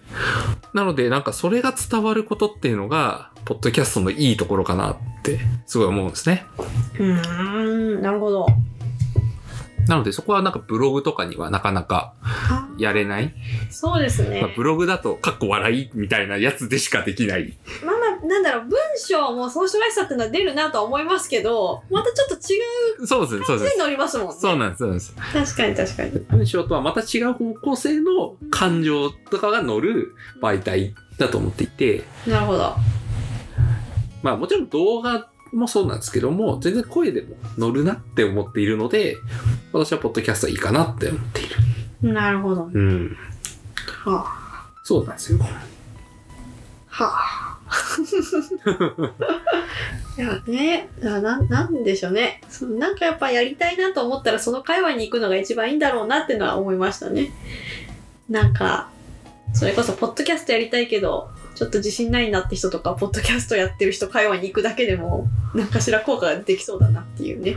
なのでなんかそれが伝わることっていうのが、ポッドキャストのいいところかなって、すごい思うんですね。
うーん、なるほど。
なのでそこはなんかブログとかにはなかなかやれない
そうですね
まあ。ブログだと、かっこ笑いみたいなやつでしかできない。
まあまあ、なんだろう、文章もソーシャルらしさっていうのは出るなとは思いますけど、またちょっと違
そうですね、そうで
う風
す。
に乗りますもんね。
そうなんです、そうなんです。
確かに確かに。
文章とはまた違う方向性の感情とかが乗る媒体だと思っていて、
なるほど。
まあもちろん動画もそうなんですけども、全然声でも乗るなって思っているので、私はポッドキャストはいいかなって思っている。
なるほど。
うん。
は
そうなんですよ。
あ、はあ。いやね、なななんでしょうねそのなんかやっぱやりたいなと思ったらその界隈に行くのが一番いいんだろうなってのは思いましたねなんかそれこそポッドキャストやりたいけどちょっと自信ないなって人とかポッドキャストやってる人界隈に行くだけでも何かしら効果ができそうだなっていうね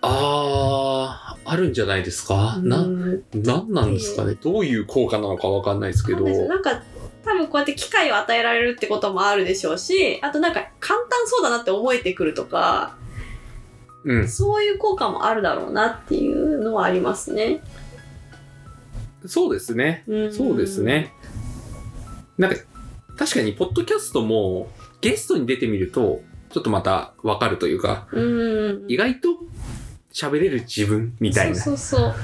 あー、あるんじゃないですか
うんなん
なんなんですかねどういう効果なのかわかんないですけど。
ですよなんか多分こうやって機会を与えられるってこともあるでしょうしあとなんか簡単そうだなって思えてくるとか
うん。
そういう効果もあるだろうなっていうのはありますね。
そうですね。
うん
そうです。ね。なんか、確かに、ポッドキャストも、ゲストに出てみると、ちょっとまたわかるというか、
うん。
意外と喋れる自分みたいな
そうそうそ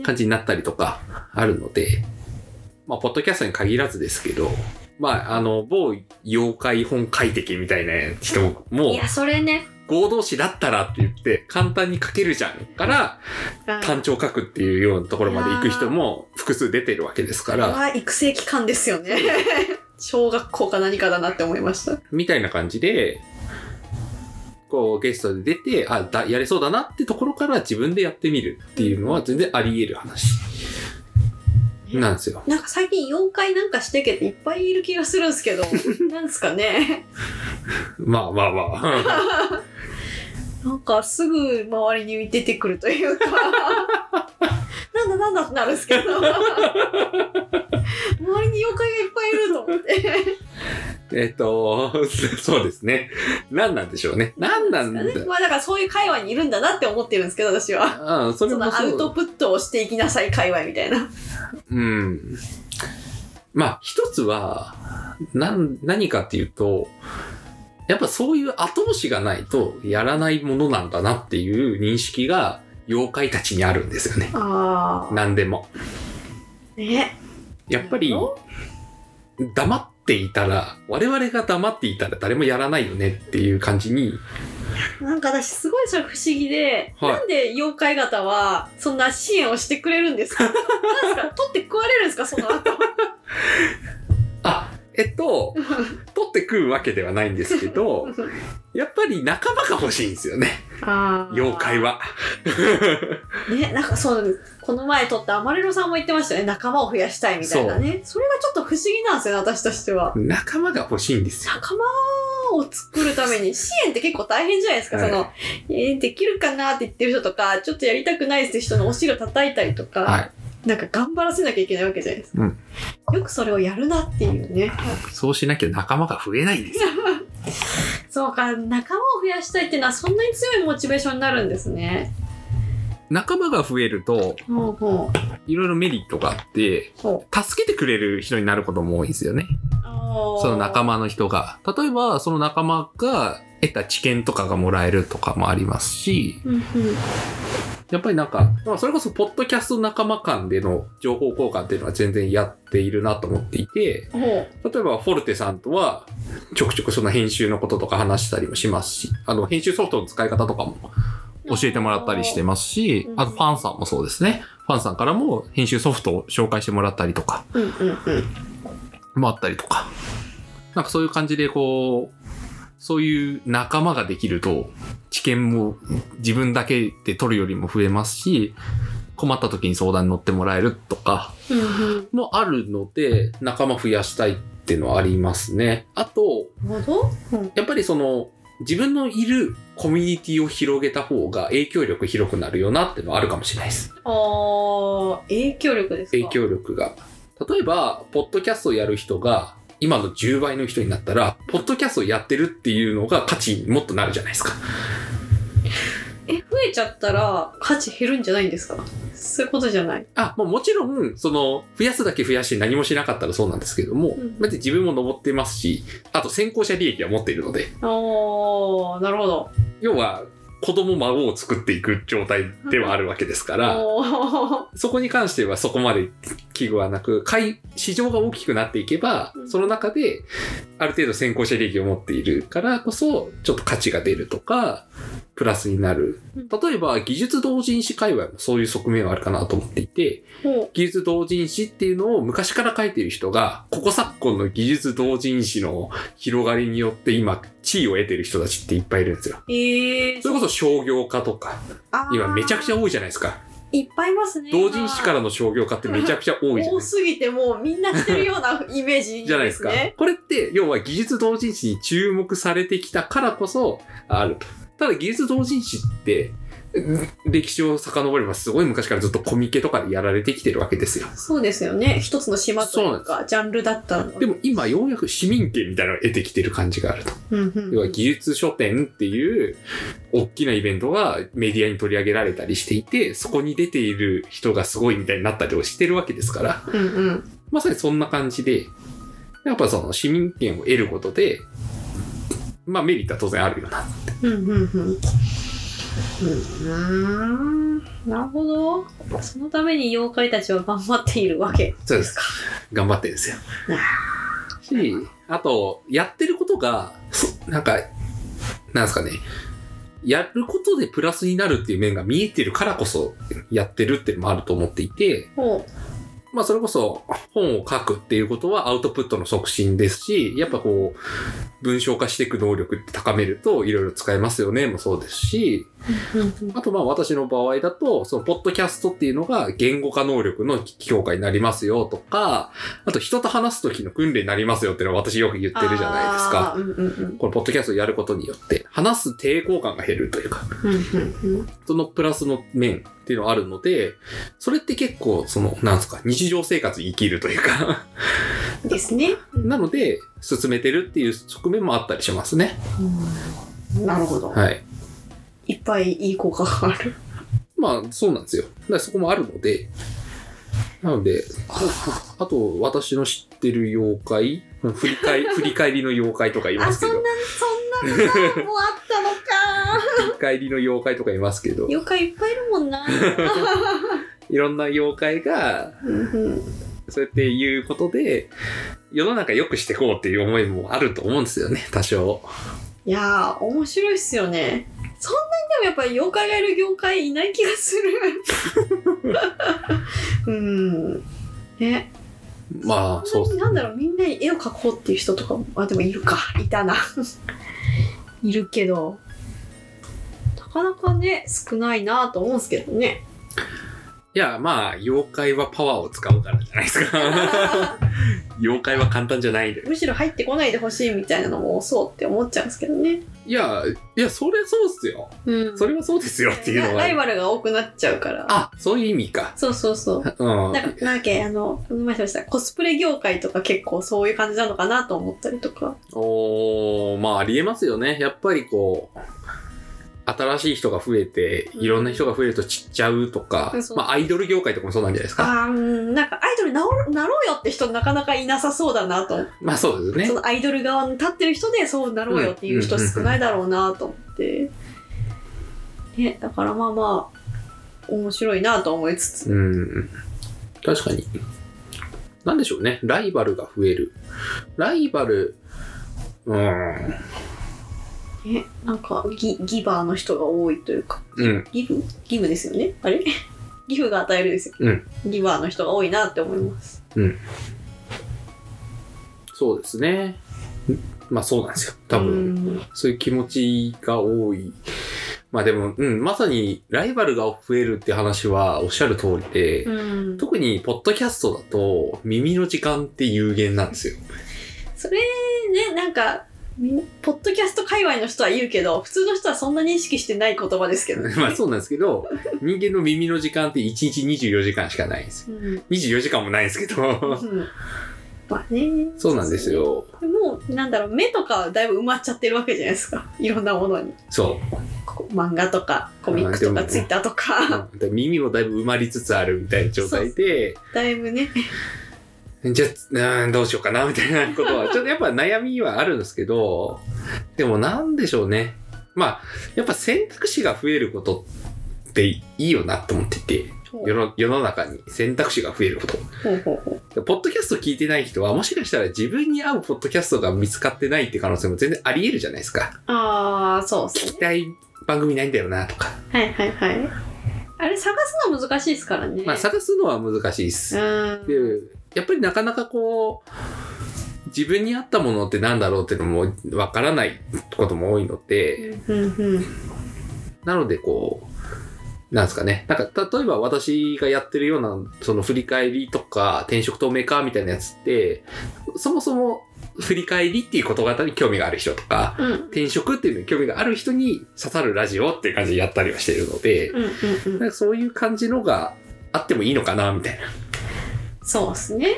う。
感じになったりとかあるので、まあ、ポッドキャストに限らずですけど、まあ、あの、某妖怪本書いてけみたいな人
い
も、
や、それね。
合同誌だったらって言って、簡単に書けるじゃんから、単調書くっていうようなところまで行く人も複数出てるわけですから、
は育成期間ですよね。小学校か何かだなって思いました。
みたいな感じで、こうゲストで出て、あ、だやれそうだなってところから自分でやってみるっていうのは全然あり得る話なんですよ。
なんか最近妖怪なんかしてけっていっぱいいる気がするんです けど、なんですかね。
まあまあま あ。
なんかすぐ周りに出てくるという か、なんだなんだってなるんですけど、周りに妖怪がいっぱいいると思って。
えっと、 そうですね。何なんでしょうね。何なんだ。
まあだからそういう界隈にいるんだなって思ってるんですけど私は。
あそ
そ
れも
のアウ
そ
ト
う。
プットをしていきなさい界隈みたいな。
うん。まあ、一つは、なん、何かっていうと、やっぱそういう後押しがないとやらないものなんだなっていう認識が妖怪たちにあるんですよね。
ああ。
何でも。
ね。
やっぱり
なるほ、
黙っていたら、我々が黙っていたら誰もやらないよねっていう感じに、
なんか私すごいそれ不思議で、
はい
なんで妖怪方はそんな支援をしてくれるんですかなんですか 取って食われるんですかその後。
あ、えっ と、取って食うわけではないんですけど、やっぱり仲間が欲しいんですよね、
あー
妖怪。は。
ね、なんかそう、この前撮ったアマレロさんも言ってましたよね。仲間を増やしたいみたいなね。それがちょっと不思議なんですよね、私としては。
仲間が欲しいんですよ。
仲間を作るために支援って結構大変じゃないですか、
はい
その、えーできるかなって言ってる人とかちょっとやりたくないですって人のお尻を叩いたりとか、
はい。
なんか頑張らせなきゃいけないわけじゃないですか、
うん
よくそれをやるなっていうね
そうしなきゃ仲間が増えないんですよ。
そうか仲間を増やしたいっていうのはそんなに強いモチベーションになるんですね
仲間が増えると、
ほうほう
いろいろメリットがあって、
ほう
助けてくれる人になることも多いんですよね。そ
そ
の仲間の人が。例えば、その仲間が得た知見とかがもらえるとかもありますし、
うんうん
やっぱりなんか、まあそれこそ、ポッドキャスト仲間間での情報交換っていうのは全然やっているなと思っていて、
ほ
例えば、フォルテさんとは、ちょくちょくその編集のこととか話したりもしますし、あの、編集ソフトの使い方とかも
う
教えてもらったりしてますし、
うん
あと、ファンさんもそうですね。ファンさんからも編集ソフトを紹介してもらったりとか、
うんうんうん
もあったりとか。なんかそういう感じで、こう、そういう仲間ができると、知見も自分だけで取るよりも増えますし、困った時に相談に乗ってもらえるとか、
うんうん
もあるので、仲間増やしたいっていうのはありますね。あと、
なるほど、うん
やっぱりその、自分のいるコミュニティを広げた方が影響力広くなるよなっていうのはあるかもしれないです。
あー影響力ですか
影響力が。例えば、ポッドキャストをやる人が、今の10倍の人になったら、ポッドキャストをやってるっていうのが価値にもっとなるじゃないですか。
え増えちゃったら価値減るんじゃないんですかそういうことじゃない
あ、もうもちろん、その、増やすだけ増やして何もしなかったらそうなんですけども
うん、
だって自分も登ってますし、あと先行者利益は持っているので、
おーなるほど
要は、子供孫を作っていく状態ではあるわけですから、
おー
そこに関してはそこまで危惧はなく、買い、市場が大きくなっていけば
う、ん
その中で、ある程度先行者利益を持っているからこそ、ちょっと価値が出るとか、プラスになる。
うん
例えば、技術同人誌界隈もそういう側面はあるかなと思っていて、
ほ
技術同人誌っていうのを昔から書いている人が、ここ昨今の技術同人誌の広がりによって今、地位を得ている人たちっていっぱいいるんですよ。
うえー、
それこそ商業化とか、
あー
今めちゃくちゃ多いじゃないですか。
いっぱいいますね
同人誌かららの商業化ってめちゃくちゃ多いじゃない
多
ですか。
すぎてもうみんなしてるよ うなイメージ
じゃないですか。これって、要は技術同人誌に注目されてきたからこそあると。ただ技術同人誌って、うん歴史を遡ればすごい昔からずっとコミケとかでやられてきてるわけですよ。
そうですよね一つの島というかジャンルだったの
でも今ようやく市民権みたいなのを得てきてる感じがあると。
うんうん
要は技術書店っていう大きなイベントがメディアに取り上げられたりしていて、そこに出ている人がすごいみたいになったりをしてるわけですから。
うんうん
まさにそんな感じで、やっぱその市民権を得ることで、まあメリットは当然あるよな。
うんうんうんうーんなるほどそのために妖怪たちは頑張っているわけ
そうですか。頑張ってるんですよ。し、あと、やってることが、そなんか、なんですかね、やることでプラスになるっていう面が見えてるからこそやってるっていうのもあると思っていて、
ほう
まあそれこそ本を書くっていうことはアウトプットの促進ですし、やっぱこう、文章化していく能力って高めるといろいろ使えますよねもそうですし、あとまあ私の場合だと、そのポッドキャストっていうのが言語化能力の強化になりますよとか、あと人と話す時の訓練になりますよっていうのは私よく言ってるじゃないです
あ
か。
ーうんうんうん
このポッドキャストをやることによって、話す抵抗感が減るというか、
うんうんうん
そのプラスの面っていうのはあるので、それって結構その、なんですか、日常生活に生きるというか、
ですね。
なので、進めてるっていう側面もあったりしますね。
なるほど。
はい。
い、っぱいいい効果がある。
まあ、そうなんですよ。だからそこもあるので、なの で、ああと、私の知ってる妖怪、振り 返り、振り返りの妖怪とかいますけど、振
そんなのがもうあったのか。
り返りの妖怪とかいますけど、
妖怪いっぱいいるもんな。
いろんな妖怪が、
うん
そうやって言うことで、世の中良くしていこうっていう思いもあると思うんですよね、多少。
いやー面白いっすよね。そんなにでもやっぱり妖怪がいる業界いない気がす る。うん。ね、
まあ、そうっす
んなになんだろうみんなに絵を描こうっていう人とかもあでもいるかいたな いるけどなかなかね少ないなと思うんですけどね
いや、まあ、妖怪はパワーを使うからじゃないですか。妖怪は簡単じゃないんだよ。
むしろ入ってこないでほしいみたいなのもそうって思っちゃうんですけどね。
いや、いや、それそうっすよ。
うん
それはそうですよっていうの
ラライ
は。
バルが多くなっちゃうから。
あ、そういう意味か。
そうそうそう。
うん。
なんか、なんだっけ、あの、この前話したコスプレ業界とか結構そういう感じなのかなと思ったりとか。
おー、まあありえますよね。やっぱりこう、新しい人が増えて、いろんな人が増えると散っちゃうとか、
うんそう
まあアイドル業界とかもそうなんじゃないですか。
あーうんなんかアイドルなおろなろうよって人なかなかいなさそうだなと思って、
まあそうです
そ
ね。
のアイドル側に立ってる人でそうなろうよっていう人少ないだろうなと思って。ね、だからまあまあ、面白いなと思いつつ。
うん。確かに。なんでしょうね。ライバルが増える。ライバル、うん。
ね、なんかギ、ギバーの人が多いというか。
うん。
ギブギブですよねあれ ギフが与えるですよ、
うん
ギバーの人が多いなって思います
そうですね。まあそうなんですよ。多分。
うん
そういう気持ちが多い。まあでも、うん、まさにライバルが増えるって話はおっしゃる通りで、
うん
特にポッドキャストだと耳の時間って有限なん ですよ。
それねなんかみんポッドキャスト界隈の人は言うけど普通の人はそんなに意識してない言葉ですけ どね、
まあそうなんですけど、人間の耳の時間って1日24時間しかないんですよ。
うん
24時間もないんですけど。
うんまあね
そうなんですよ。
もうなんだろう目とかはだいぶ埋まっちゃってるわけじゃないですか いろんなものに
そ
こう漫画とかコミック
う
と
んで
か
も
ツイッターと
う。
か
で耳もだいぶ埋まりつつあるみたいな状態で、
だいぶね
じゃ あ、うーんどうしようかなみたいなことは、ちょっとやっぱ悩みはあるんですけど、でもなんでしょうね。まあ、やっぱ選択肢が増えることっていいよなと思ってて、
ほ
世
う
の世の中に選択肢が増えること。
ほうほうほう
ポッドキャスト聞いてない人は、もしかしたら自分に合うポッドキャストが見つかってないって可能性も全然あり得るじゃないですか。
ああそうそう
聞きたい番組ないんだよなとか。
はいはいはい。あれ探すの難しいですからね。
まあ、探すのは難しいっす。
うん。
で、やっぱりなかなかこう、自分に合ったものってなんだろうっていうのもわからないことも多いので、
うんうん。
なのでこう、なんですかね。なんか、例えば私がやってるような、その振り返りとか、転職透明化みたいなやつって、そもそも振り返りっていうこと型に興味がある人とか、
うん。
転職っていうのに興味がある人に刺さるラジオっていう感じでやったりはしているので、
うんうんう。
なんんかそういう感じのがあってもいいのかなみたいな。
そうですね。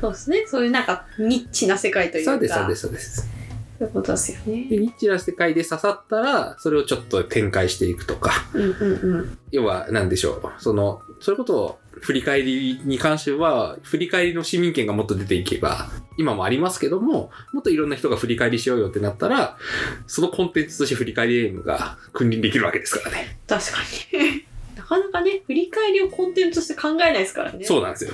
そうですね。そういうなんかニッチな世界というか。
そうです、そうです、そうです。
そういうことですよね。
で、ニッチな世界で刺さったら、それをちょっと展開していくとか、
うんうんうん。
要は何でしょう、その、そういうことを振り返りに関しては、振り返りの市民権がもっと出ていけば、今もありますけども、もっといろんな人が振り返りしようよってなったら、そのコンテンツとして振り返りゲームが君臨できるわけですからね。
確かに。 なかなかね、振り返りをコンテンツとして考えないですからね。
そうなんですよ。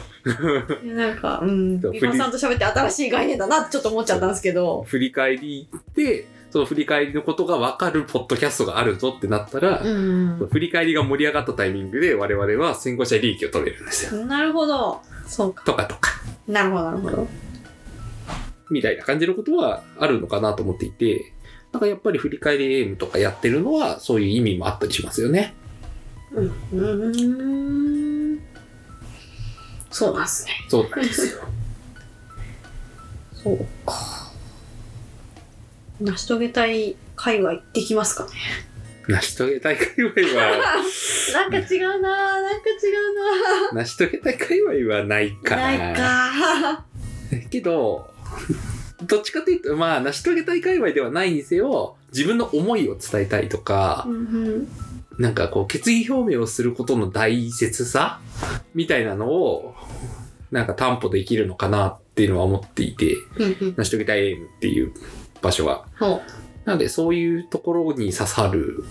いやなんか、うん。
そう
美馬さんと喋って新しい概念だなってちょっと思っちゃったんですけど。
振り返りで、その振り返りのことが分かるポッドキャストがあるぞってなったら、
うん。
振り返りが盛り上がったタイミングで我々は先行者利益を取れるんですよ。
なるほど。そうか。
とかとか、
なるほど、なるほど。
みたいな感じのことはあるのかなと思っていて、なんかやっぱり振り返りゲームとかやってるのはそういう意味もあったりしますよね。
うん。うーん。そうなんですね。
そうなんですよ。
そうか。成し遂げたい界隈できますかね。
成し遂げたい界隈は、
なんか違うなぁ、なんか違
成し遂げたい界隈はないか
う
な。
なぁ。ないか
けど、どっちかというと、まあ、成し遂げたい界隈ではないにせよ、自分の思いを伝えたいとか
ぁ。、うん
なんかこう、決意表明をすることの大切さみたいなのを、なんか担保できるのかなっていうのは思っていて、
うん。
成し遂げたいっていう場所は。
ほ
なので、そういうところに刺さる、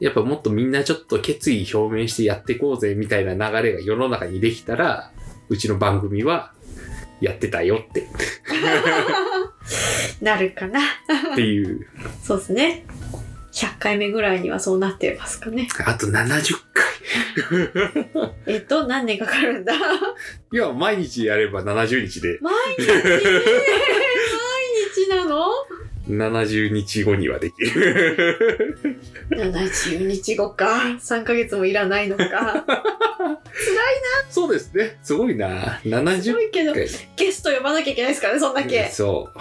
やっぱもっとみんなちょっと決意表明してやっていこうぜみたいな流れが世の中にできたら、うちの番組はやってたよって、
う。なるかな。
って いう。
そうですね。100回目ぐらいにはそうなってますかね。
あと70回。
えっと、何年かかるんだ
いや、毎日やれば70日で、
毎日毎日なの
70日後にはできる。
?70 日後か。3ヶ月もいらないのか。
そうですね。すごいな。
す
70
ごいけど
回。
ゲスト呼ばなきゃいけないですからねそんだけ
そう。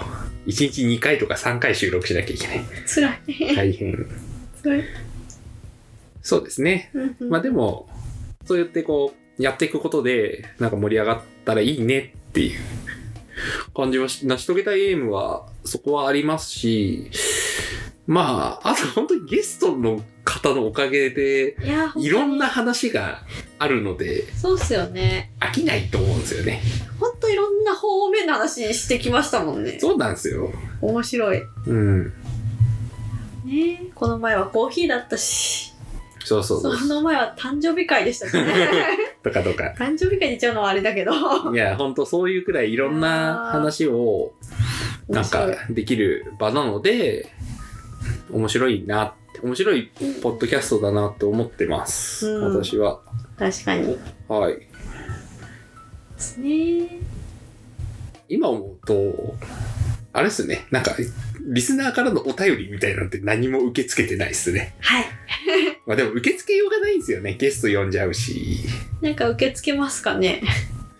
1日2回とか3回収録しなきゃいけない。
辛い
大変。
辛い
そうですね。
うんうん
まあでも、そうやってこう、やっていくことで、なんか盛り上がったらいいねっていう感じはし、成し遂げたいエームは、そこはありますし、まあ、あと本当にゲストの方のおかげで、
いや本当に
いろんな話があるので、
そうっすよね
飽きないと思うんですよね。
ほんといろんな方面の話してきましたもんね
そうなんですよ。
面白い
うん。
ねこの前はコーヒーだったし
そうそうそ。
そうの前は誕生日会で したしね
とかとか。
誕生日会に行っちゃうのはあれだけど
いや、ほんとそういうくらいいろんな話をなんか
面白い
できる場なので、面白いなって、面白いポッドキャストだなって思ってます。
うん
私は。
確かに
はい。
ですね
今思うと、あれですね。なんか、リスナーからのお便りみたいなんて何も受け付けてないですね。
はい
まあでも受け付けようがないんですよね。ゲスト呼んじゃうし。
なんか受け付けますかね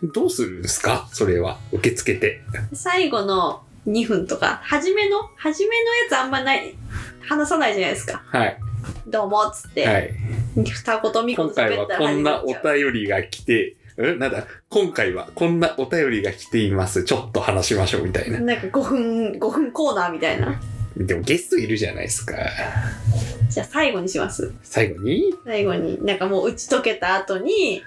どうするんですかそれは。受け付けて。
最後の2分とか初めの初めのやつあんまない話さないじゃないですか
はい。
どうもっつって、
はい。
二言三言
今回はこんなお便りが来て、うんなんだ、今回はこんなお便りが来ています。ちょっと話しましょうみたいな。
なんか5分5分コーナーみたいな
でもゲストいるじゃないですか。
じゃあ最後にします
最後に、
最後になんかもう打ち解けた後に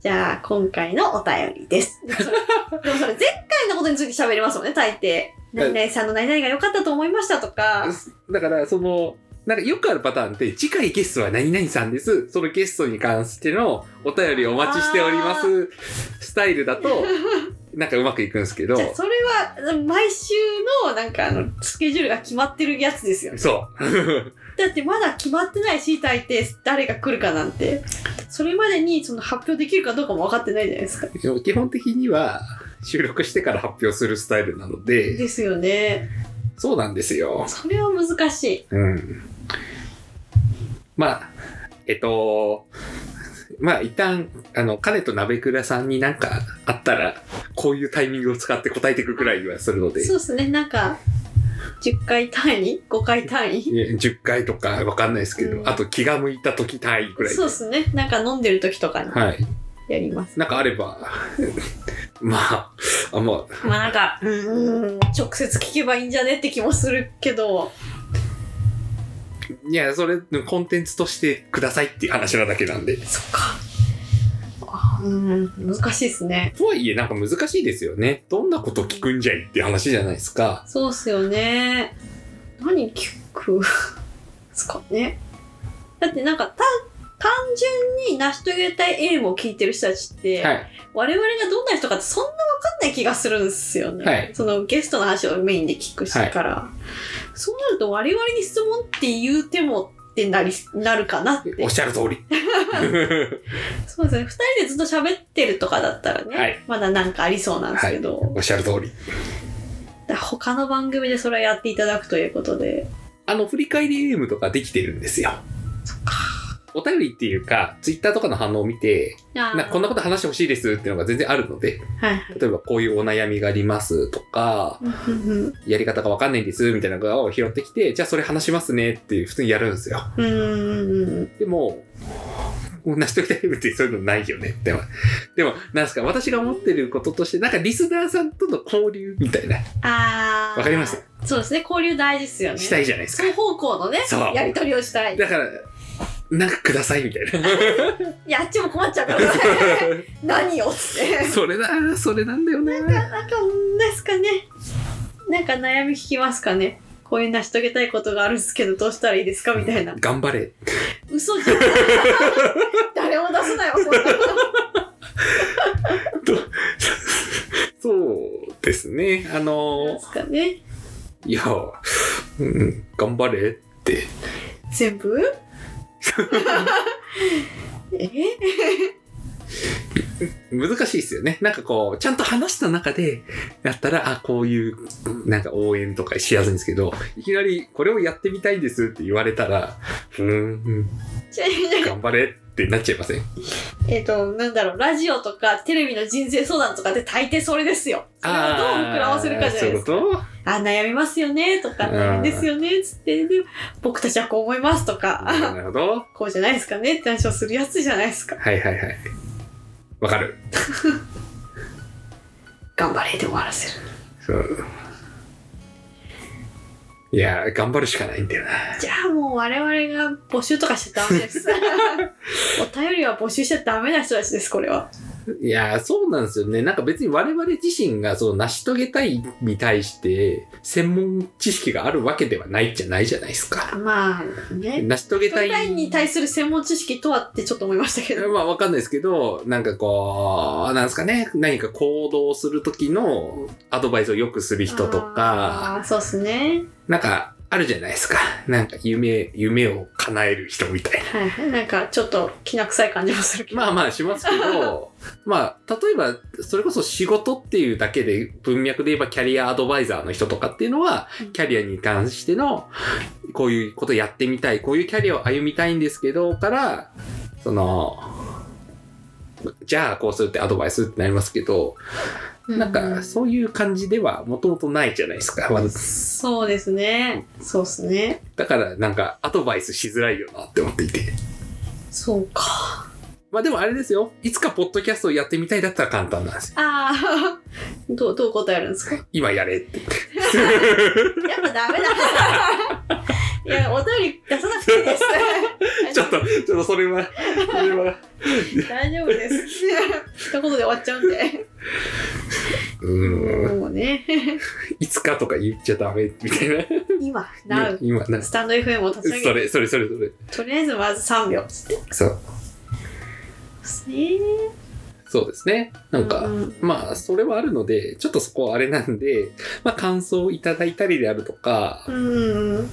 じゃあ今回のお便 りですでもそれでもそれ前回のことについて喋りますもんね大抵何々さんの何々が良かったと思いましたとか
だからその、なんかよくあるパターンって、次回ゲストは何々さんです。そのゲストに関してのお便りお待ちしております。スタイルだと、なんかうまくいくんですけど
じゃ、あそれは毎週のなんかあのスケジュールが決まってるやつですよね
そう。
だってまだ決まってないし大抵誰が来るかなんてそれまでにその発表できるかどうかも分かってないじゃないですか
でも基本的には、収録してから発表するスタイルなので、
ですよね
そうなんですよ。
それは難しい
うん。まあ、えっと、まあ一旦、あの、彼と鍋倉さんになんかあったら、こういうタイミングを使って答えていくくらいはするので、
そうですねなんか10回単位5回単位
いや10回とかわかんないですけど、
うん
あと気が向いた時単位くらいで
そうですねなんか飲んでる時とかに
はい。
やります、
なんかあれば、 まあ、あんま、
まあなんかうーん直接聞けばいいんじゃねって気もするけど
いや、それ、コンテンツとしてくださいっていう話なだけなんで。
そっかあーうーん難しいですね
とはいえ、なんか難しいですよね。どんなこと聞くんじゃいっていう話じゃないですか。
そうっすよね何聞くですかねだってなんかた単純に成し遂げたいエームを聞いてる人たちって、
はい。
我々がどんな人かってそんな分かんない気がするんですよね、
はい
そのゲストの話をメインで聞くし
はい
から、そうなると我々に質問って言うてもってなりなるかなって
おっしゃる 通り。
そうですね2人でずっと喋ってるとかだったらね、
はい
まだなんかありそうなんですけど、
おっしゃる通り。
だから他の番組でそれはやっていただくということで
あの、振り返りゲームとかできてるんですよ。お便りっていうか、ツイッターとかの反応を見て、
あー
なんかこんなこと話してほしいですっていうのが全然あるので、
はい
例えばこういうお悩みがありますとか、
うん
やり方がわかんないんですみたいなのを拾ってきて、じゃあそれ話しますねっていう普通にやるんですよ。
うんうん
でも、もう成し遂げたい夢ってそういうのないよねって。でも、なんですか、私が思ってることとして、なんかリスナーさんとの交流みたいな、
あー
わかります
そうですね交流大事ですよね
したいじゃないですか
双。方向のね
そう
やり取りをしたいい
だから、なんかくださいみたいな。
やあっちも困っ ちゃうから何をっつって
それだ、それなんだよな。
なんかうんですかねなんか悩み聞きますかねこういう成し遂げたいことがあるんですけどどうしたらいいですかみたいな
頑張れ。
嘘 じゃん誰も出さないわこんなの
そうですね。あ
で
の、
すかね
いや、うん、頑張れって。
全部え
難しいですよね。なんかこう、ちゃんと話した中で、やったら、あ、こういう、なんか応援とかしやすいんですけど、いきなり、これをやってみたいんですって言われたら、うーん、
じゃあ
頑張れっってなっちゃいません。
えっ、と、なんだろう、ラジオとかテレビの人生相談とかで大抵それですよ。それをどう膨らませるかじゃないですか。
あーそういうこ
あ悩みますよねとか
うん
大変ですよねつってで僕たちはこう思いますと
と
か、
なるほど。
こうじゃないですかねって話をするやつじゃないですか
はいはいはい。わかる。
頑張れで終わらせる
そう。いや、頑張るしかないんだよな。
じゃあもう我々が募集とかしちゃダメです お便りは募集しちゃダメな人たちですこれはい
や、そうなんですよね。なんか別に我々自身がその成し遂げたいに対して、専門知識があるわけではないじゃないじゃないですか。
まあね
成し遂げた
舞
い。
台に対する専門知識とはってちょっと思いましたけど
まあわかんないですけど、なんかこう、なんですかね、何か行動する時のアドバイスをよくする人とか、
あーそうですね
なんかあるじゃないですか。なんか夢、夢を叶える人みたいな。
はいはいなんかちょっときな臭い感じもするけど
まあまあしますけ ど、まあ、例えば、それこそ仕事っていうだけで、文脈で言えばキャリアアドバイザーの人とかっていうのは
うん、
キャリアに関しての、こういうことやってみたい、こういうキャリアを歩みたいんですけど、から、その、じゃあこうするってアドバイスってなりますけど、なん
う
かそういう感じではもともとないじゃないですか。
そうですねそうですね
だからなんかアドバイスしづらいよなって思っていて。
そうか
まあでもあれですよ。いつかポッドキャストをやってみたいだったら簡単なんですよ。
ああ、 どう、どう答えるんですかや
今やれって。
っぱダメだ。いや、お便り出さなくていいです。
ちょっと、ちょっとそれは、それは。
大丈夫です。一言で終わっちゃうんで。
うーん。
もうね、
いつかとか言っちゃダメみたいな。
今、なう。
今、な
スタンド FM を立ち
そ
上げ
れ、それ、それ、それ。
とりあえずまず3秒っつって。
そう。
ですね
そうですね。なんか、
うん
まあ、それはあるので、ちょっとそこはあれなんで、まあ、感想をいただいたりであるとか
う、ん。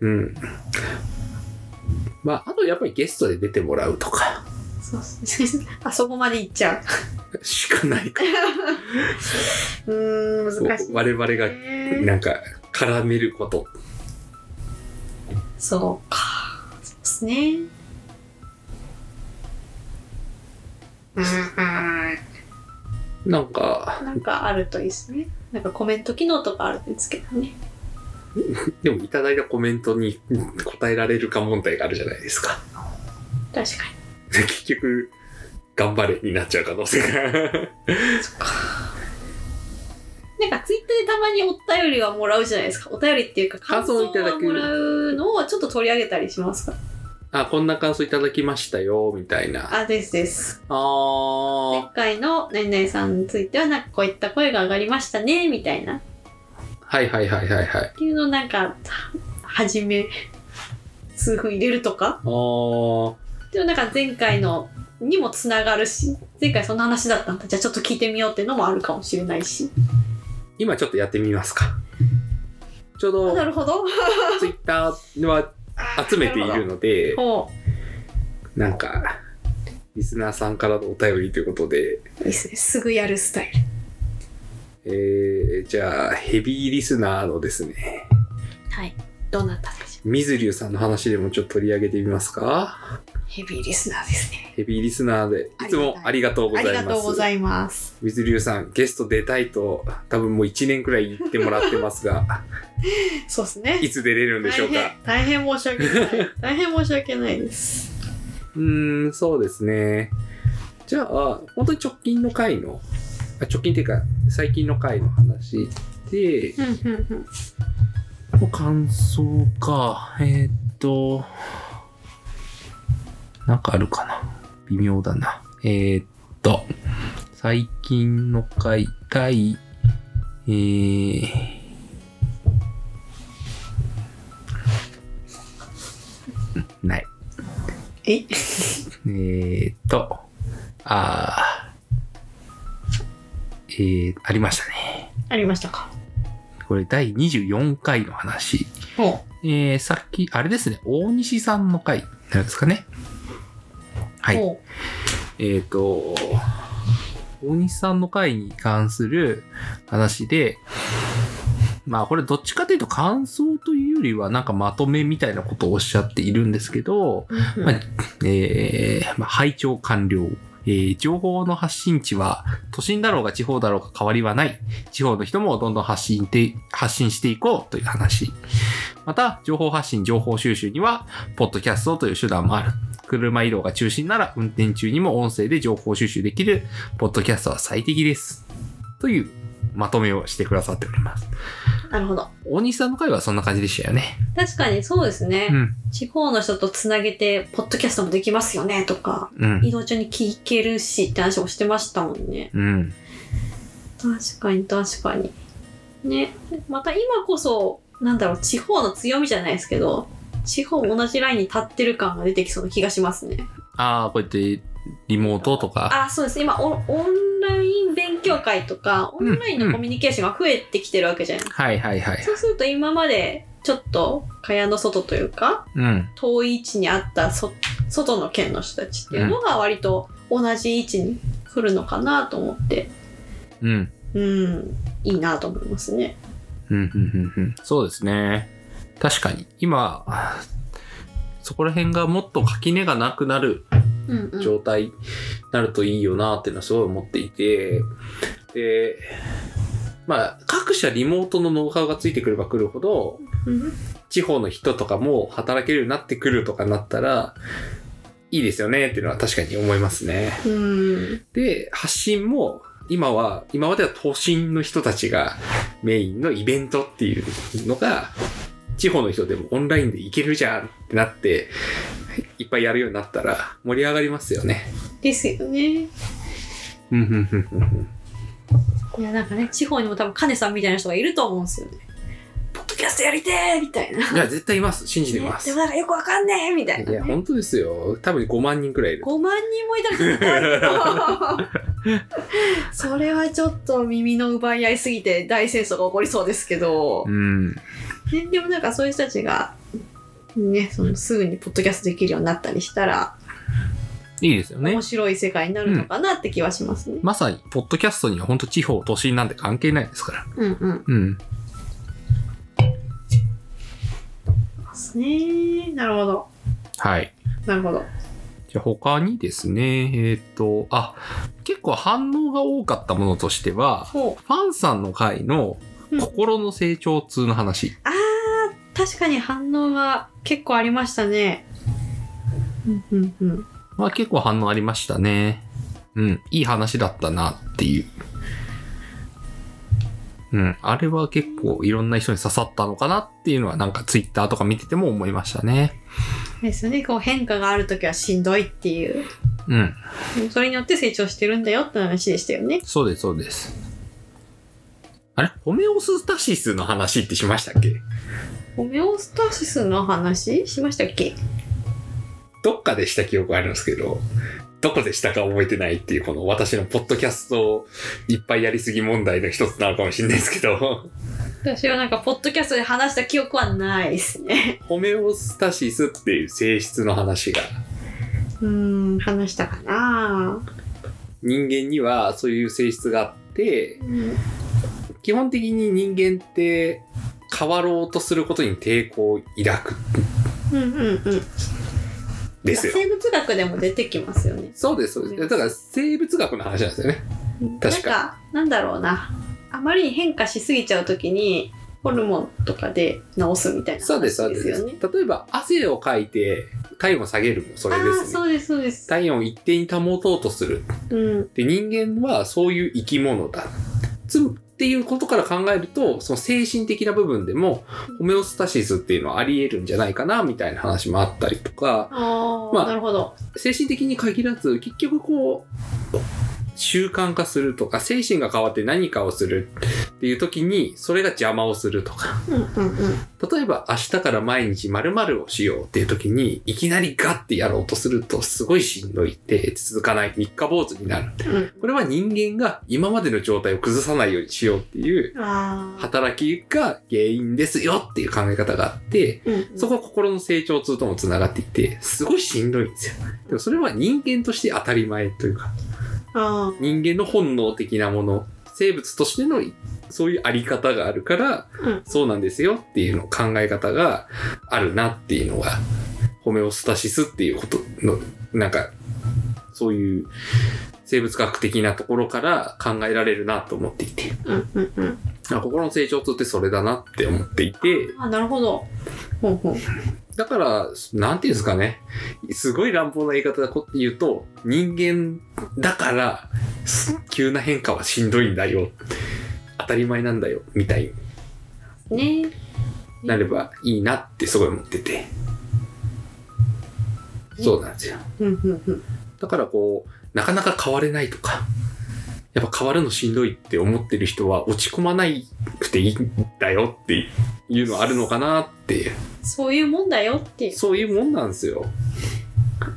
うん。まあ、あとやっぱりゲストで出てもらうとか、
そうですね。 あそこまでいっちゃ
しかない か。
う。うーん、難しい、ね。
我々が、なんか、絡めること。
そうか。そうですね。うんうん。
なんか、
なんかあるといいですね。なんかコメント機能とかあるんですけどね。
でもいただいたコメントに答えられるか問題があるじゃないですか。
確か
結局、頑張れになっちゃう可能性 が。
に。なんかツイッターでたまにお便りはもらうじゃないですか。お便りっていうか感想
感想をいただ
を
く
もらうのをちょっと取り上げたりしますか。
あ、こんな感想いただきましたよ、みたいな。
あ、ですです。
あー
今。回のねんねんさんについてはなんかこういった声が上がりましたね、みたいな。っ
はいはいはいはいはい。
ていうのをなんか、はじめ、数分入れるとか。
あー。
でもなんか前回のにもつながるし、前回そんな話だったんだ。じゃあちょっと聞いてみようっていうのもあるかもしれないし。
今ちょっとやってみますか。ちょう
あ
ど
なるほど。
ツイッターは集めているので、
ほ
なんか、リスナーさんからのお便りということで、
う。いいですね。すぐやるスタイル。
えー、じゃあヘビーリスナーのですね、
はい。どなたでしょ
水流さんの話でもちょっと取り上げてみますか。
う。ヘビーリスナーですね。
ヘビーリスナーで、いつもありがとうござ
あ
いま
り
す。
がとうございます。
水流さん、ゲスト出たいと、多分もう1年くらい言ってもらってます が、
そうですね。
いつ出れるんでしょうか。
大変大変申し訳 ない。大変申し訳ないです。
うーん、そうですね。じゃあ、本当に直近の回の、あ直近っていうか、最近の回の話で、
うんうんうん。
感想か。えーっと、なんかあるかな。微妙だな。えーっと、最近の回、第、えー、ない。
え
えーっと、あー、えー、ありましたね。
ありましたか。
これ第24回の話。
ほ
えー、さっき、あれですね、大西さんの回なんですかね。
う。
はい。
ほ
えっ、と、大西さんの回に関する話で、まあこれどっちかというと感想というよりはなんかまとめみたいなことをおっしゃっているんですけど、
うん
まあえーまあ、拝聴完了。えー情報の発信地は、都心だろうが地方だろうが変わりはない。地方の人もどんどん発信て発信していこうという話。また、情報発信、情報収集には、ポッドキャストという手段もある。車移動が中心なら、運転中にも音声で情報収集できる、ポッドキャストは最適です。という、まとめをしてくださっております。
なるほど。
大西さんの回はそんな感じでしたよね。
確かにそうですね。
うん。
地方の人とつなげて、ポッドキャストもできますよね、とか、
うん
移。動中に聞けるしって話もしてましたもんね。
うん。
確かに確かに。ね。また今こそ、なんだろう、地方の強みじゃないですけど、地方も同じラインに立ってる感が出てきそうな気がしますね。
ああ、こうやって、リモートとか。
あ、そうです。今オン、オンライン勉強会とか、オンラインのコミュニケーションが増えてきてるわけじゃないですか。
はいはいはい。
そうすると今まで、ちょっと、蚊帳の外というか、
うん。
遠い位置にあったそ外の県の人たちっていうのが割と同じ位置に来るのかなと思って
うん。
うんいいなと思いますね
うん、うん、うん、うん。そうですね。確かに。今、そこら辺がもっと垣根がなくなる
うんうん
状態になるといいよなっていうのはすごい思っていて、で、まあ、各社リモートのノウハウがついてくればくるほど、
うん
地方の人とかも働けるようになってくるとかなったら、いいですよねっていうのは確かに思いますね。
うん
で、発信も、今は、今までは都心の人たちがメインのイベントっていうのが、地方の人でもオンラインで行けるじゃんってなって、いっぱいやるようになったら盛り上がりますよね。
ですよね
うん、うん、うん、うんうん。
いやなんかね地方にも多分カネさんみたいな人がいると思うんですよねポッドキャストやりてーみたいな、
いや、絶対います。信じてま
ね
す。
で
い
もなんかよくわかんねえみたいな、
や、
ね、
本当ですよ。多分5万人くらいいる。
5万人もいたらちょっと怖いけど それはちょっと耳の奪い合いすぎて大戦争が起こりそうですけど
うん。
ね、でもなんかそういう人たちが、ね、そのすぐにポッドキャストできるようになったりしたら、
いいですよね
面。白い世界になるのかなって気はしますね。
まさに、ポッドキャストには本当地方、都心なんて関係ないですから。
うんうん。
うん。
ですね。なるほど。
はい。
なるほど。
じゃあ他にですね、えーっ、と、あ、結構反応が多かったものとしては、
ほう。
ファンさんの回の心の成長痛の話。
あー、確かに反応が結構ありましたね。うんうんうん。
まあ結構反応ありましたね。うん、いい話だったなっていう。うん、あれは結構いろんな人に刺さったのかなっていうのはなんかツイッターとか見てても思いましたね。
あれですよね。こう変化があるときはしんどいっていう。
うん、
それによって成長してるんだよって話でしたよね。
そうです、そうです。あれホメオスタシスの話ってしましたっけ
ホメオスタシスの話しましたっけ
どっかでした記憶あるんですけど、どこでしたか覚えてないっていう、この私のポッドキャストをいっぱいやりすぎ問題の一つなのかもしれないですけど、
私はなんか、ポッドキャストで話した記憶はないですね。
ホメオスタシスっていう性質の話が、
うーん、話したかな。
人間にはそういう性質があって
う、ん、
基本的に人間って変わろうとすることに抵抗を抱くん
うん、うん、うん。
ですよ。
生物学でも出てきますよね。
そうです、そうです。だから生物学の話なんですよね。
なん
確か
か、なんだろうな。あまりに変化しすぎちゃうときに、ホルモンとかで治すみたいな
そう
話
で、
です
そうです
すよね。
例えば汗をかいて体温下げるもそ
あ
れです
あ、
ね。
そうです、そうです。
体温を一定に保とうとする。
うん、
で、人間はそういう生き物だ。つっていうことから考えると、その精神的な部分でも、ホメオスタシスっていうのはあり得るんじゃないかな、みたいな話もあったりとか、
ああ、
まあ
なるほど。
精神的に限らず、結局こう、習慣化するとか、精神が変わって何かをするっていう時に、それが邪魔をするとか、
うん、うん、うん。
例えば明日から毎日〇〇をしようっていう時に、いきなりガッてやろうとするとすごいしんどいって続かない、三日坊主になる。
うん
これは人間が今までの状態を崩さないようにしようっていう
ああ、
働きが原因ですよっていう考え方があって、
うんうん、
そこは心の成長痛ともつながっていて、すごいしんどいんですよ。でもそれは人間として当たり前というか、
ああ、
人間の本能的なもの、生物としてのそういうあり方があるから、
うん
そうなんですよっていうの考え方があるなっていうのが、ホメオスタシスっていうことの、なんか、そういう生物学的なところから考えられるなと思っていて、
うんうんうん
あ心の成長痛ってそれだなって思っていて、
あなるほどほうほう
だから、なんていうんですかね。すごい乱暴な言い方でこ言うと、人間だから、す急な変化はしんどいんだよ。当たり前なんだよ。みたいに
ね
なればいいなってすごい思ってて。そうなんですよ。
うんうんうん
だからこう、なかなか変われないとか、やっぱ変わるのしんどいって思ってる人は落ち込まないくていいんだよっていうのあるのかなって、
そういうもんだよっていう
そういうもんなんですよ。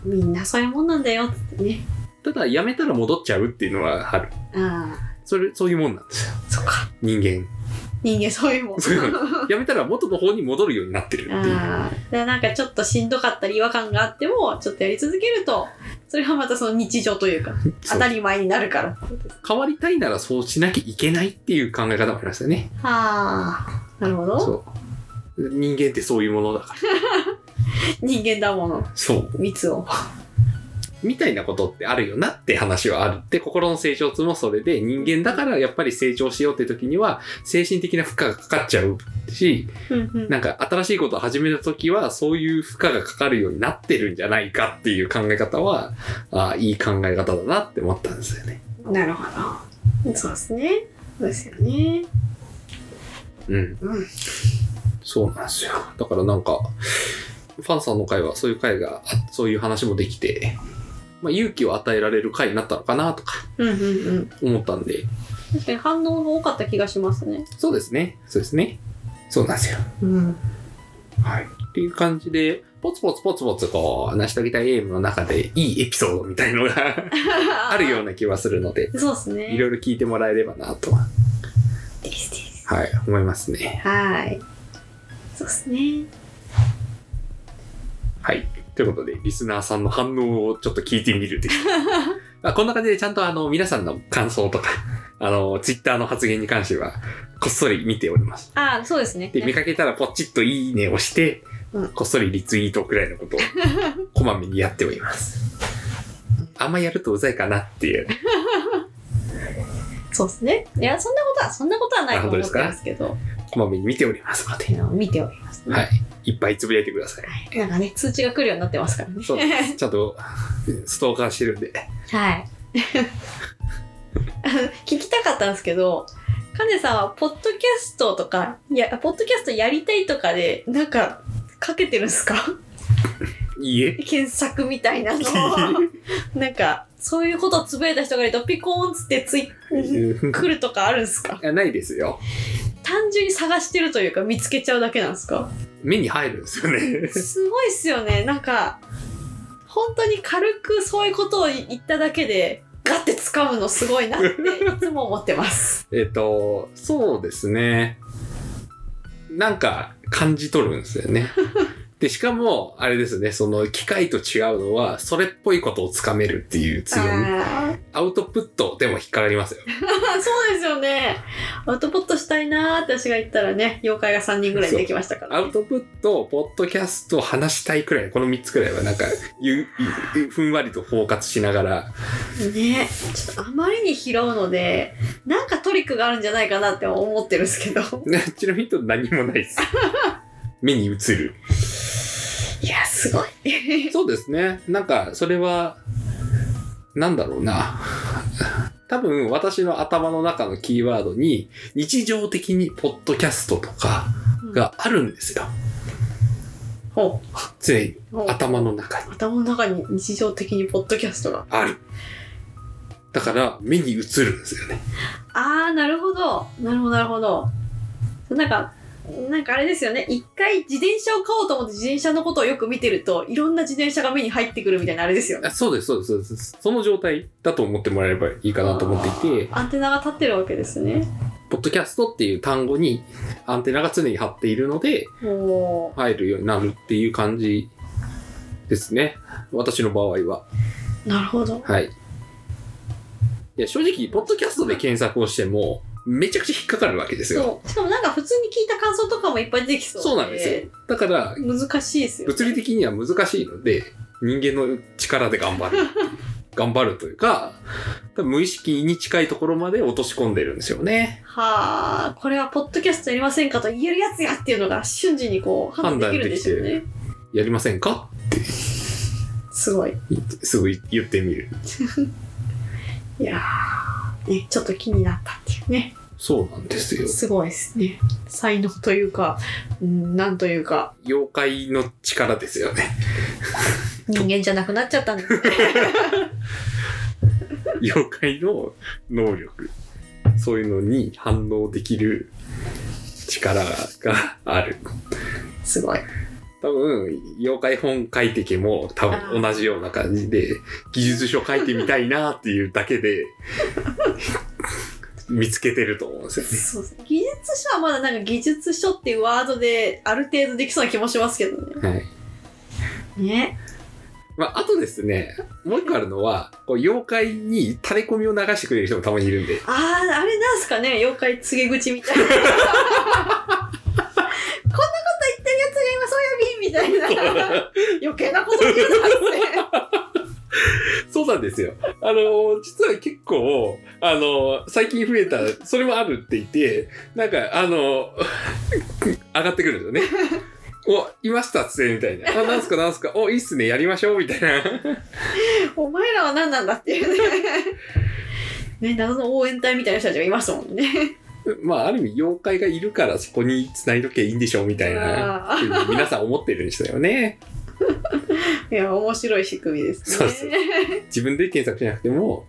みんなそういうもんなんだよってね
ただ、やめたら戻っちゃうっていうのはある。
あ
それ、そういうもんなんですよ。
あそっか
人 間。
人間そういうもん
そういうやめたら元の方に戻るようになってるっていう。
ああ、だからなんかちょっとしんどかったり違和感があっても、ちょっとやり続けると、それはまたその日常というか、
そ
当
う
たり前になるから。は
変わりたいならそうしなきゃいけないっていう考え方もありましたね。
あ、なるほど。
そう。人間ってそういうものだから。
人間だもの、
そう。
蜜を。
みたいなことってあるよなって話はある。で、心の成長痛もそれで、人間だからやっぱり成長しようって時には、精神的な負荷がかかっちゃうし、なんか新しいことを始めた時は、そういう負荷がかかるようになってるんじゃないかっていう考え方は、ああ、いい考え方だなって思ったんですよね。
なるほど。そうですね。そうですよね。
うん。
うん。
そうなんですよ。だからなんか、ファンさんの会はそういう会が、あそういう話もできて、まあ、勇気を与えられる会になったのかなとか
うんうんうん。
思ったんで、
確かに反応が多かった気がしますね。
そうですね。そうですね。そうなんですよ。
うん。
はい。っていう感じで、ポツポツポツポツこう、成し遂げたいゲームの中でいいエピソードみたいのが あ
あ
るような気はするので、
そうですね。
いろいろ聞いてもらえればなとは、
ですです。
はい、思いますね。
はい。そうですね。
はい。ということで、リスナーさんの反応をちょっと聞いてみると いう。まあこんな感じで、ちゃんとあの、皆さんの感想とか、 あの、ツイッターの発言に関しては、こっそり見ております。
ああ、そうですね。
で、見かけたらポチッといいねをして
うん、
こっそりリツイートくらいの ことを、こまめにやっております。あんまやるとうざいかなっていう。
そうですね。いや、そんなことは、そんなことはないと思
あ本
っ
当
て
で
ますすけど、
こまめに見ておりますので、
あの見ておりますね。
はい。いっぱいつぶやいてください。
はいなんかね、通知が来るようになってますからね。
そうです。ちゃんと、ストーカーしてるんで。
はい。聞きたかったんですけど、カネさんは、ポッドキャストとか、いや、ポッドキャストやりたいとかで、なんか、かけてるんですか
いいえ。
検索みたいなの をなんか、そういうことつぶやいた人がいると、ピコーンっつってつい、来るとかあるんですか
いやないですよ。
単純に探してるというか、見つけちゃうだけなんですか
目に入るんですよね。
すごいっすよね。なんか、本当に軽くそういうことを言っただけで、ガッて掴むのすごいなって、いつも思ってます。
えっと、そうですね。なんか感じ取るんですよね。で、しかも、あれですね、その機械と違うのは、それっぽいことをつかめるっていう強み。
あ
アウトプットでも引っかかりますよ。
ーそうですよね。アウトプットしたいなーって私が言ったらね、妖怪が3人ぐらいできましたか
ア
ら、
ウ
ね。
トプット、ポッドキャスト、話したいくらい、この3つくらいはなんか、ゆゆふんわりと包括しながら、
ね。ちょっとあまりに拾うので、なんかトリックがあるんじゃないかなって思ってるんですけど。
ねちなみに言うと何もないです。目に映る。
いや、すごい。
そうですね。なんか、それは、なんだろうな。多分、私の頭の中のキーワードに、日常的にポッドキャストとかがあるんですよ。
ほ
常に
うほう
頭の中に
頭の中に日常的にポッドキャストが。
ある。だから、目に映るんですよね。
あーなるほどなるほどなるほどなんかなんかあれですよね一回自転車を買おうと思って自転車のことをよく見てるといろんな自転車が目に入ってくるみたいなあれですよね
あそうです、そうです、そうです。その状態だと思ってもらえればいいかなと思っていて、
アンテナが立ってるわけですね
ポッドキャストっていう単語にアンテナが常に張っているので、
おー
入るようになるっていう感じですね。私の場合は。
なるほど
はい。いや、正直、ポッドキャストで検索をしても、めちゃくちゃ引っかかるわけですよ。
そう。しかもなんか普通に聞いた感想とかもいっぱいできそう。
そうなんですよ。だから、
難しいですよ。
物理的には難しいので、人間の力で頑張 る。頑張るというか、多分無意識に近いところまで落とし込んでるんですよね。
はあ、これはポッドキャストやりませんかと言えるやつやっていうのが瞬時にこう判断できるんですよ
判
ね。
やりませんか
すごい。
ってすぐ言ってみる。
いやーね、ちょっと気になったっていうね。
そうなんですよ。
すごいですね。才能というか、うんなんというか、
妖怪の力ですよね。
人間じゃなくなっちゃったんですね。
妖怪の能力。そういうのに反応できる力がある。
すごい。
多分、妖怪本書いてけも多分同じような感じで、技術書書いてみたいなっていうだけ で、見つけてると思うんですよね。
そうですね技術書はまだなんか技術書っていうワードである程度できそうな気もしますけどね。
はい。
ね。
まあ、あとですね、もう一個あるのは、こう妖怪に垂れ込みを流してくれる人もたまにいるんで、
あー、あれなんすかね、妖怪告げ口みたい な。こんなこと言ってるやつが今そう呼びみ たいな。余計なこと言うなって。
そうなんですよ。あの、実は結構、あの、最近増えた、それもあるって言って、なんか、あの、 上がってくるんですよね。 お、いましたっつって、みたいな。あ、なんすかなんすか。お、いいっすね。やりましょう、みたいな。
お前らは何なんだっていうね。ね、謎の応援隊みたいな人たちがいますもんね。
まあ、ある意味、妖怪がいるから、そこに繋いどけいいんでしょう、みたいな。
あー
皆さん思ってるんですよね。
いや、面白い仕組みですね。
そうです自分で検索しなくても、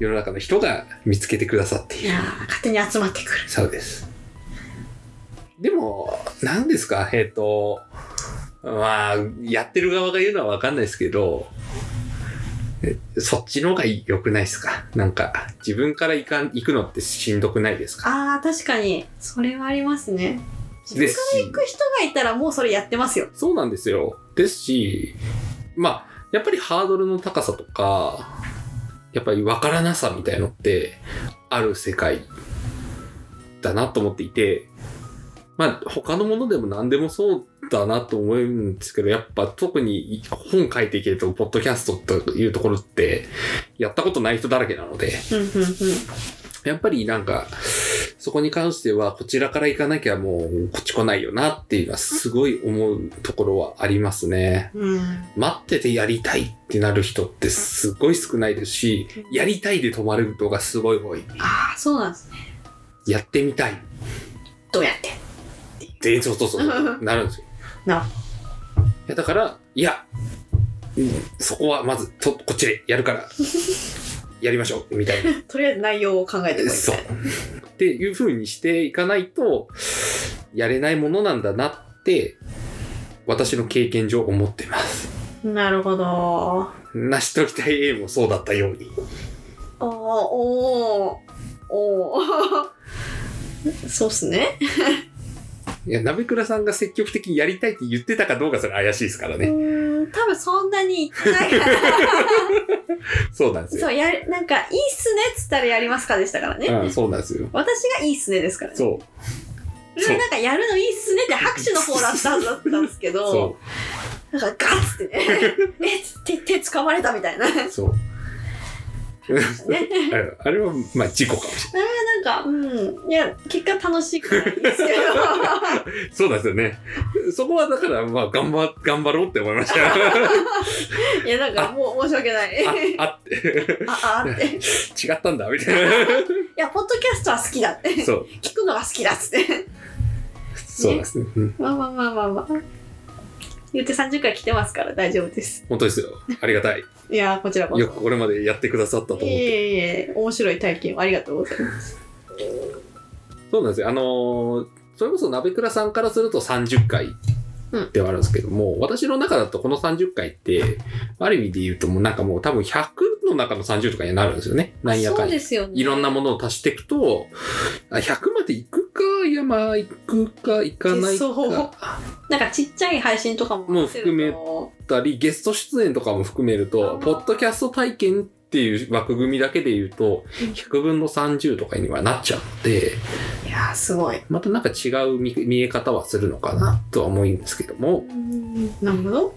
世の中の人が見つけてくださってい
い
る
や。ー勝手に集まってくる。
そうです。でも、何ですかえっ、と、まあ、やってる側が言うのはわかんないですけど、えそっちの方が良くないですかなんか、自分から行かん行くのってしんどくないですか
ああ、確かに、それはありますね。自分
で
か
す
ら行
し、
く人がいたらもうそれやってますよ。
そうなんですよ。ですし、まあ、やっぱりハードルの高さとか、やっぱりわからなさみたいのって、ある世界だなと思っていて、まあ、他のものでも何でもそうだなと思うんですけど、やっぱ特に本書いていけると、ポッドキャストというところって、やったことない人だらけなので、
うんうんうん。
やっぱりなんか、そこに関しては、こちらから行かなきゃもう、こっち来ないよなっていうのは、すごい思うところはありますね。
うん
待っててやりたいってなる人ってすごい少ないですし、やりたいで止まる人がすごい多い。
ああ、そうなんですね。
やってみたい。
どうやって
で、そうそうそう、なるんですよ。
なるほ
いや、だから、いや、うんそこはまず、と、こっちでやるから、やりましょう、みたいな。
とりあえず内容を考えてこい
そう。っていう風にしていかないと、やれないものなんだなって、私の経験上思ってます。
なるほど。お
成し遂げたい A もそうだったように。
ーおーおー そうっすね。
いや、鍋倉さんが積極的にやりたいって言ってたかどうかそれ怪しいですから
う
ね。
ーん、多分そんなに言ってな いから。
そうなんですよ。
そう、やる、なんか、いいっすねっつったらやりますかでしたからね。
うん、そうなんですよ。
私がいいっすねですからね。
そう。
でもなんか、やるのいいっすねって拍手の方だったんだったんですけど、
そ
なんか、ガッつってね、え、手、手掴まれたみたいな。
う。そう。あれあれは、まあ、事故かもし
なんか、うん、いや、結果楽しくないですけど。
れない。そうなんですよね。そこはだから、まあ、頑張、頑張ろうって思いま した。
いや、なんか、もう申し訳ない。
あ、あって、
あ、あって。い
違ったんだ、みたい
や、ポッドキャストは好きだって。
な。そう。
聞くのが好きだっつって。
そうなんですね。うん
まあまあまあまあまあ。言って30回来てますから大丈夫です。
本当ですよ。ありがたい。
いやー、こちらこそ。
よくこれまでやってくださったと思っ
い
て。
えいえ、面白い体験をありがとうございます。
そうなんですよ。あのーそれこそ鍋倉さんからすると30回
うん
ではあるんですけども、私の中だとこの30回って、ある意味で言うともうなんかもう多分100の中の30とかになるんですよね。なんやかんや。
すよね
いろんなものを足していくと、あ100まで行くか、いやまあ行くか、行かない
そう
か、
なんかちっちゃい配信とかも
もう含め
合わせると
たり、ゲスト出演とかも含めると、ポッドキャスト体験
っていう枠組みだけで言うと、
うん
100分の30とかにはなっちゃうので、
いやーすごい。
またなんか違う見見え方はするのかなとは思うんですけども、
なるほど。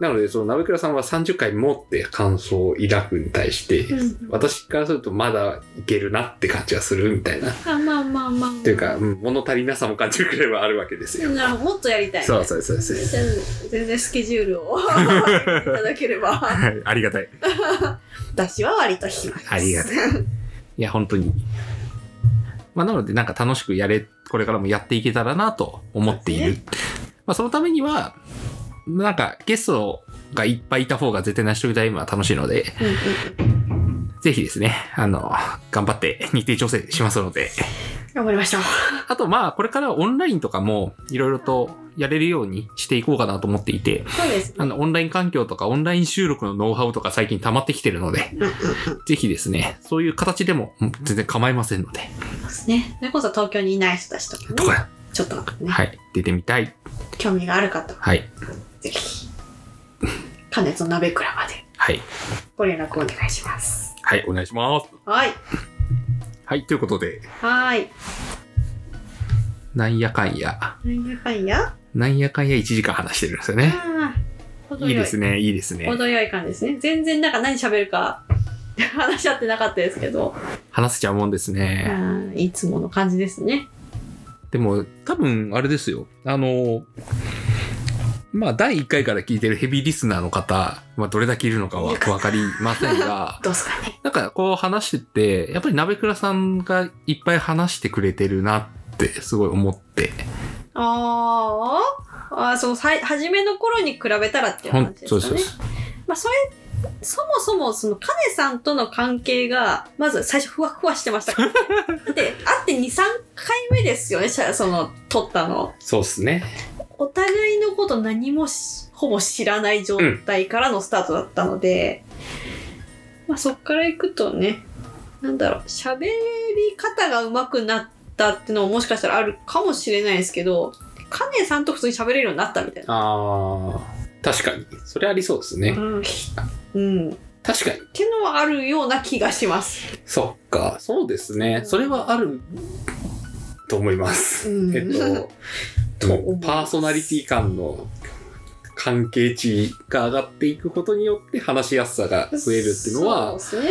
なので、その、鍋倉さんは30回もって感想を抱くに対して、私からするとまだいけるなって感じがするみたいな。っ
あまあまあまあ。って
いうか、うん物足りなさも感じるくらいはあるわけですよ。
なるほどもっとやりたい。
そうそうそうそう。
じゃあ全然スケジュール をいただければ
はいありがたい。
私は割と暇です
ありがとう。いや、本当に。まあ、なので、なんか楽しくやれ、これからもやっていけたらなと思ってい
そう
る。まあ、そのためには、なんか、ゲストがいっぱいいた方が絶対成し遂げたい今は楽しいので、
うんうんうん
ぜひですね、あの、頑張って日程調整しますので。
頑張りましょう
あと、まあ、これからオンラインとかも、いろいろとやれるようにしていこうかなと思っていて、
そうです
あの、オンライン環境とか、オンライン収録のノウハウとか最近溜まってきてるので、ぜひですね、そういう形でもうん全然構いませんので、
ねそれこそ東京にいない人たちとか
とか
ねちょっとなんかね、
はい、出てみたい。
興味がある方は
はい。
ぜひ加熱の鍋倉まで
はい。
ご連絡お願いします
はい、お願いします。
はい
はい、ということで、
はい
なんやかんや、
なんやかんや
なんやかんや1時間話してるんですよね。
あー程よ
いいですね、いいですね。
程よい感じですね全然なんか何喋るか 話し合ってなかったですけど、
話せちゃうもんです
あ
ね。
ーいつもの感じですね
でも、多分、あれですよ。あの、まあ、第1回から聞いてるヘビーリスナーの方、まあ、どれだけいるのかはわかりませんが、
どうすかね
なんかこう話してて、やっぱり鍋倉さんがいっぱい話してくれてるなってすごい思って、
あーあーそうさい初めの頃に比べたらっていう
ほん
感じで
そう
す
です
か
そう
ね
で。す。
まあそれそもそもそのカネさんとの関係がまず最初ふわふわしてましたから、ね、だって会って23回目ですよねしゃその撮ったの
そうっすね。
お互いのこと何もしほぼ知らない状態からのスタートだったので、まあそっから行くとねなんだろう喋り方が上手くなったってのももしかしたらあるかもしれないですけどカネさんと普通に喋れるようになったみたいな。
あー、確かに。それありそうですね。
うん、うん、っ
確かに。
てのはあるような気がします。
そっか、そうですね。それはあると思います。
うん
えっと、で
と思い
も
ます
パーソナリティ間の関係値が上がっていくことによって話しやすさが増えるっていうのは、
そうですね。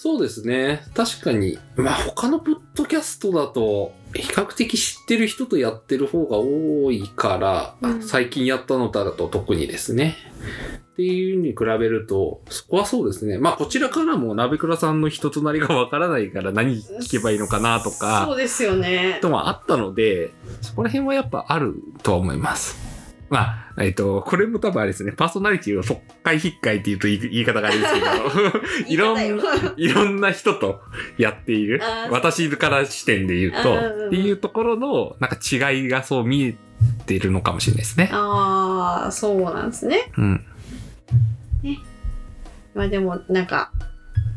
そうですね。確かに。まあ他のポッドキャストだと、比較的知ってる人とやってる方が多いから、
うん
最近やったのだと特にですね。っていうに比べると、そこはそうですね。まあこちらからも鍋倉さんの人となりがわからないから何聞けばいいのかなと
そう
か、
ですよね。
とはあったので、そこら辺はやっぱあるとは思います。まあ、えっ、と、これも多分あれですね、パーソナリティを特会引っかいっていうと言い言い方があれ です けど、いろん
言い方よ
いろんな人とやっている
あー、
私から視点で言う
あーうんうん
と、っていうところの、なんか違いがそう見えてるのかもしれないですね。
ああ、そうなんですね。
うん。
まあでもなんか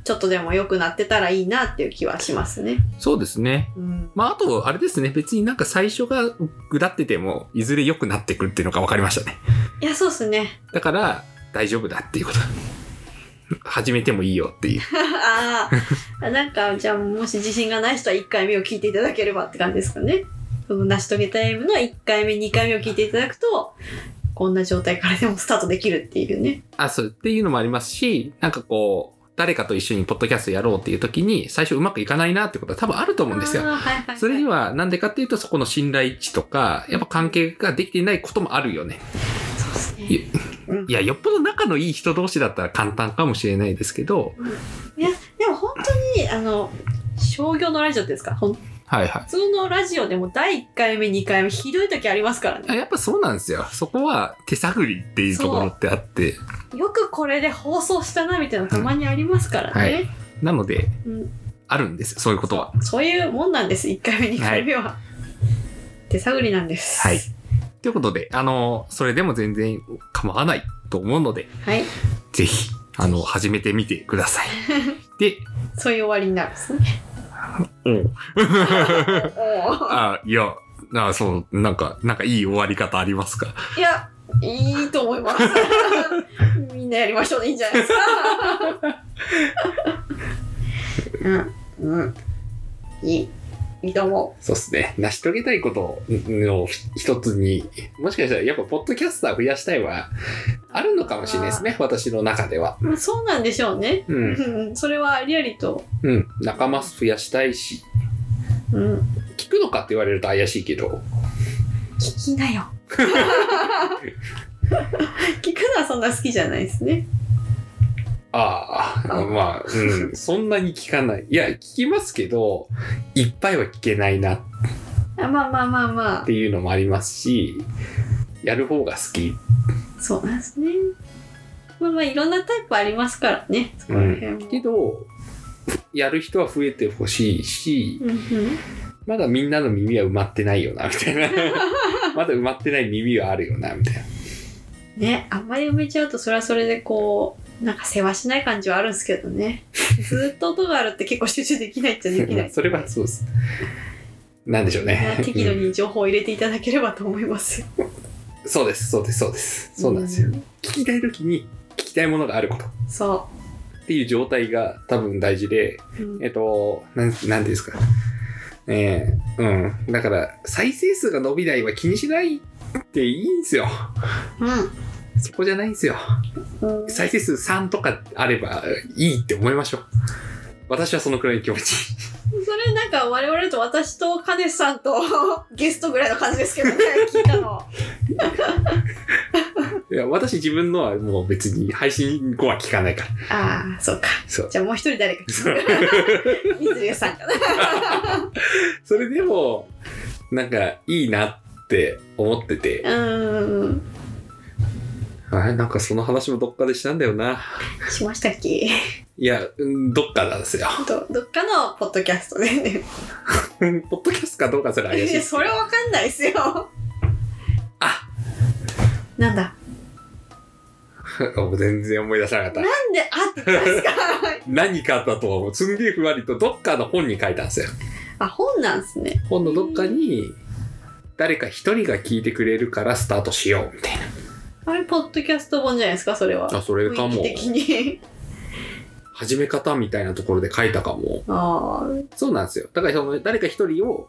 ちょっとでも良くなってたらいいなっていう気はしますね。
そうですね。
うん。
まあ、あと、あれですね、別になんか最初がぐだってても、いずれ良くなってくるっていうのが分かりましたね。
いやそうですね。
だから、大丈夫だっていうこと。始めてもいいよっていう。
ああ、なんかじゃあもし自信がない人は1回目を聞いていただければって感じですかね。その成し遂げたいの1回目2回目を聞いていただくとこんな状態からでもスタートできるっていうね。
あ、そうっていうのもありますし、なんかこう、誰かと一緒にポッドキャストやろうっていう時に、最初うまくいかないなってことは多分あると思うんですよ。
あーはいはいはい、
それには、なんでかっていうと、そこの信頼値とか、やっぱ関係ができていないこともあるよね。
そうですね。
いいや、よっぽど仲のいい人同士だったら簡単かもしれないですけど、
いやでも本当にあの商業のラジオっていうんですかほん
はいはい
普。通のラジオでも第1回目2回目ひどい時ありますからね
あやっぱそうなんですよ。そこは手探りっていうところってあって、
よくこれで放送したなみたいなのたまにありますから
は
ね
い、なので、
うん
あるんですよそういうことは。
そういうもんなんです1回目2回目は、手探りなんです
はい。ということで、あの、それでも全然構わないと思うので、
はい
ぜひ、あの、始めてみてくだ さい。で、
そういう終わりになるん ですね
うん。
おー
あ、いや、あそう、なんか、なんかいい終わり方ありますか
いやいいと思いますみんなやりましょうでいいんじゃないです か。うん、うん。いい。いいと思
そうですね。成し遂げたいことの一つに、もしかしたらやっぱポッドキャスター増やしたいはあるのかもしれないですね。私の中では。
う。そうなんでしょうね。
う。
うんん、それはリアリと。
うん。仲間増やしたいし、
うん。
聞くのかって言われると怪しいけど。
聞きなよ。聞くのはそんな好きじゃないですね。
ああ、
あ
まあ、うん。そんなに聞かない。いや、聞きますけど、いっぱいは聞けないなっ
あまあまあまあま
ていうのもありますし、やる方が好き。
あ。そうなんですね。まあまあいろんなタイプありますからね。そこら辺も。
けど、やる人は増えてほしいし、
うんうん
まだみんなの耳は埋まってないよな、みたい な。まだ埋まってない耳はあるよな、みたいな。
ね、あんまり埋めちゃうとそれはそれでこうなんか世話しない感じはあるんですけど ねずっと音があるって結構集中できないっちゃでき ない
それはそうです。なんでしょう
ま
ね
あ。適度に情報を入れていただければと思いますよ
うんそうです、そうです、そうです。そうなんですよ。
ん
聞きたい時に聞きたいものがあることっ
そ
ていう状態が多分大事で、
う、うん
えっと、なん、なんていうんですか。ええうん。だから、再生数が伸びないは気にしないっていいんですよ。そこじゃないんですよ。
うん、
再生数3とかあればいいって思いましょう。私はそのくらいの気持ち。
それなんか我々と私とカネさんと ゲストぐらいの感じですけど ね聞いたの
いや、私自分のはもう別に配信後は聞かないから。
ああそうか
そう。
じゃあもう一人誰か聞
そう
く水流さんか な
それでも、なんかいいなって思ってて、
うん
あれなんかその話もどっかでしたんだよな。
しましたっけ
いや、うんどっかなんですよ。
どどっかのポッドキャストでね
うんポッドキャストかどうかそれ怪し
い
い
や
っす
そ
よ。
れわかんないですよ
あ
なんだ
もう全然思い出さなかった。
なんであって言ったんですか
何かあったとは、すんげえふわりとどっかの本に書いたんですよ。
あ本なんですね
本のどっかに、誰か一人が聞いてくれるからスタートしよう、みたい
あれポッドキャスト本じゃないですかそれは
な。あ、それか
雰囲気
も。
的 に
始め方みたいなところで書いたかも。
あー
そうなんですよ。だからその誰か一人を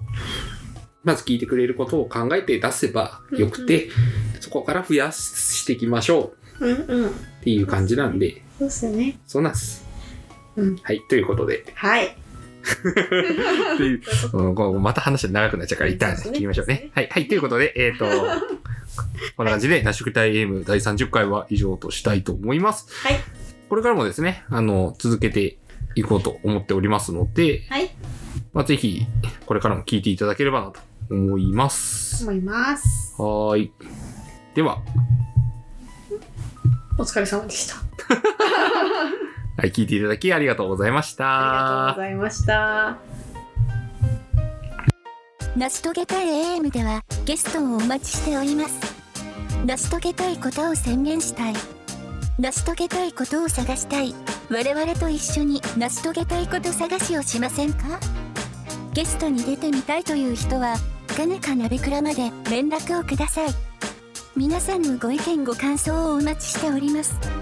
まず聞いてくれることを考えて出せばよくて、そこから増やしていきましょ
うんうん
うっていう感じなんで、
そうですね
そうなんです。
うん
はい、ということで。
はい
っていう、うんこうまた話が長くなっちゃうから、一旦
そうですね
切りましょうね。はい、はい、ということで、え っ、と、こんな感じで、ナッシュクタイ AM 第30回は以上としたいと思います。
はい
これからもですね、あの、続けていこうと思っておりますので、
はい
まあ、ぜひ、これからも聞いていただければなと思います。
思います
はーい。では、
お疲れ様でした
はい、聞いていただきありがとうございました。
ありがとうございました
成し遂げたい AM ではゲストをお待ちしております成し遂げたいことを宣言したい成し遂げたいことを探したい我々と一緒に成し遂げたいこと探しをしませんかゲストに出てみたいという人はかねかなべくらまで連絡をください皆さんのご意見ご感想をお待ちしております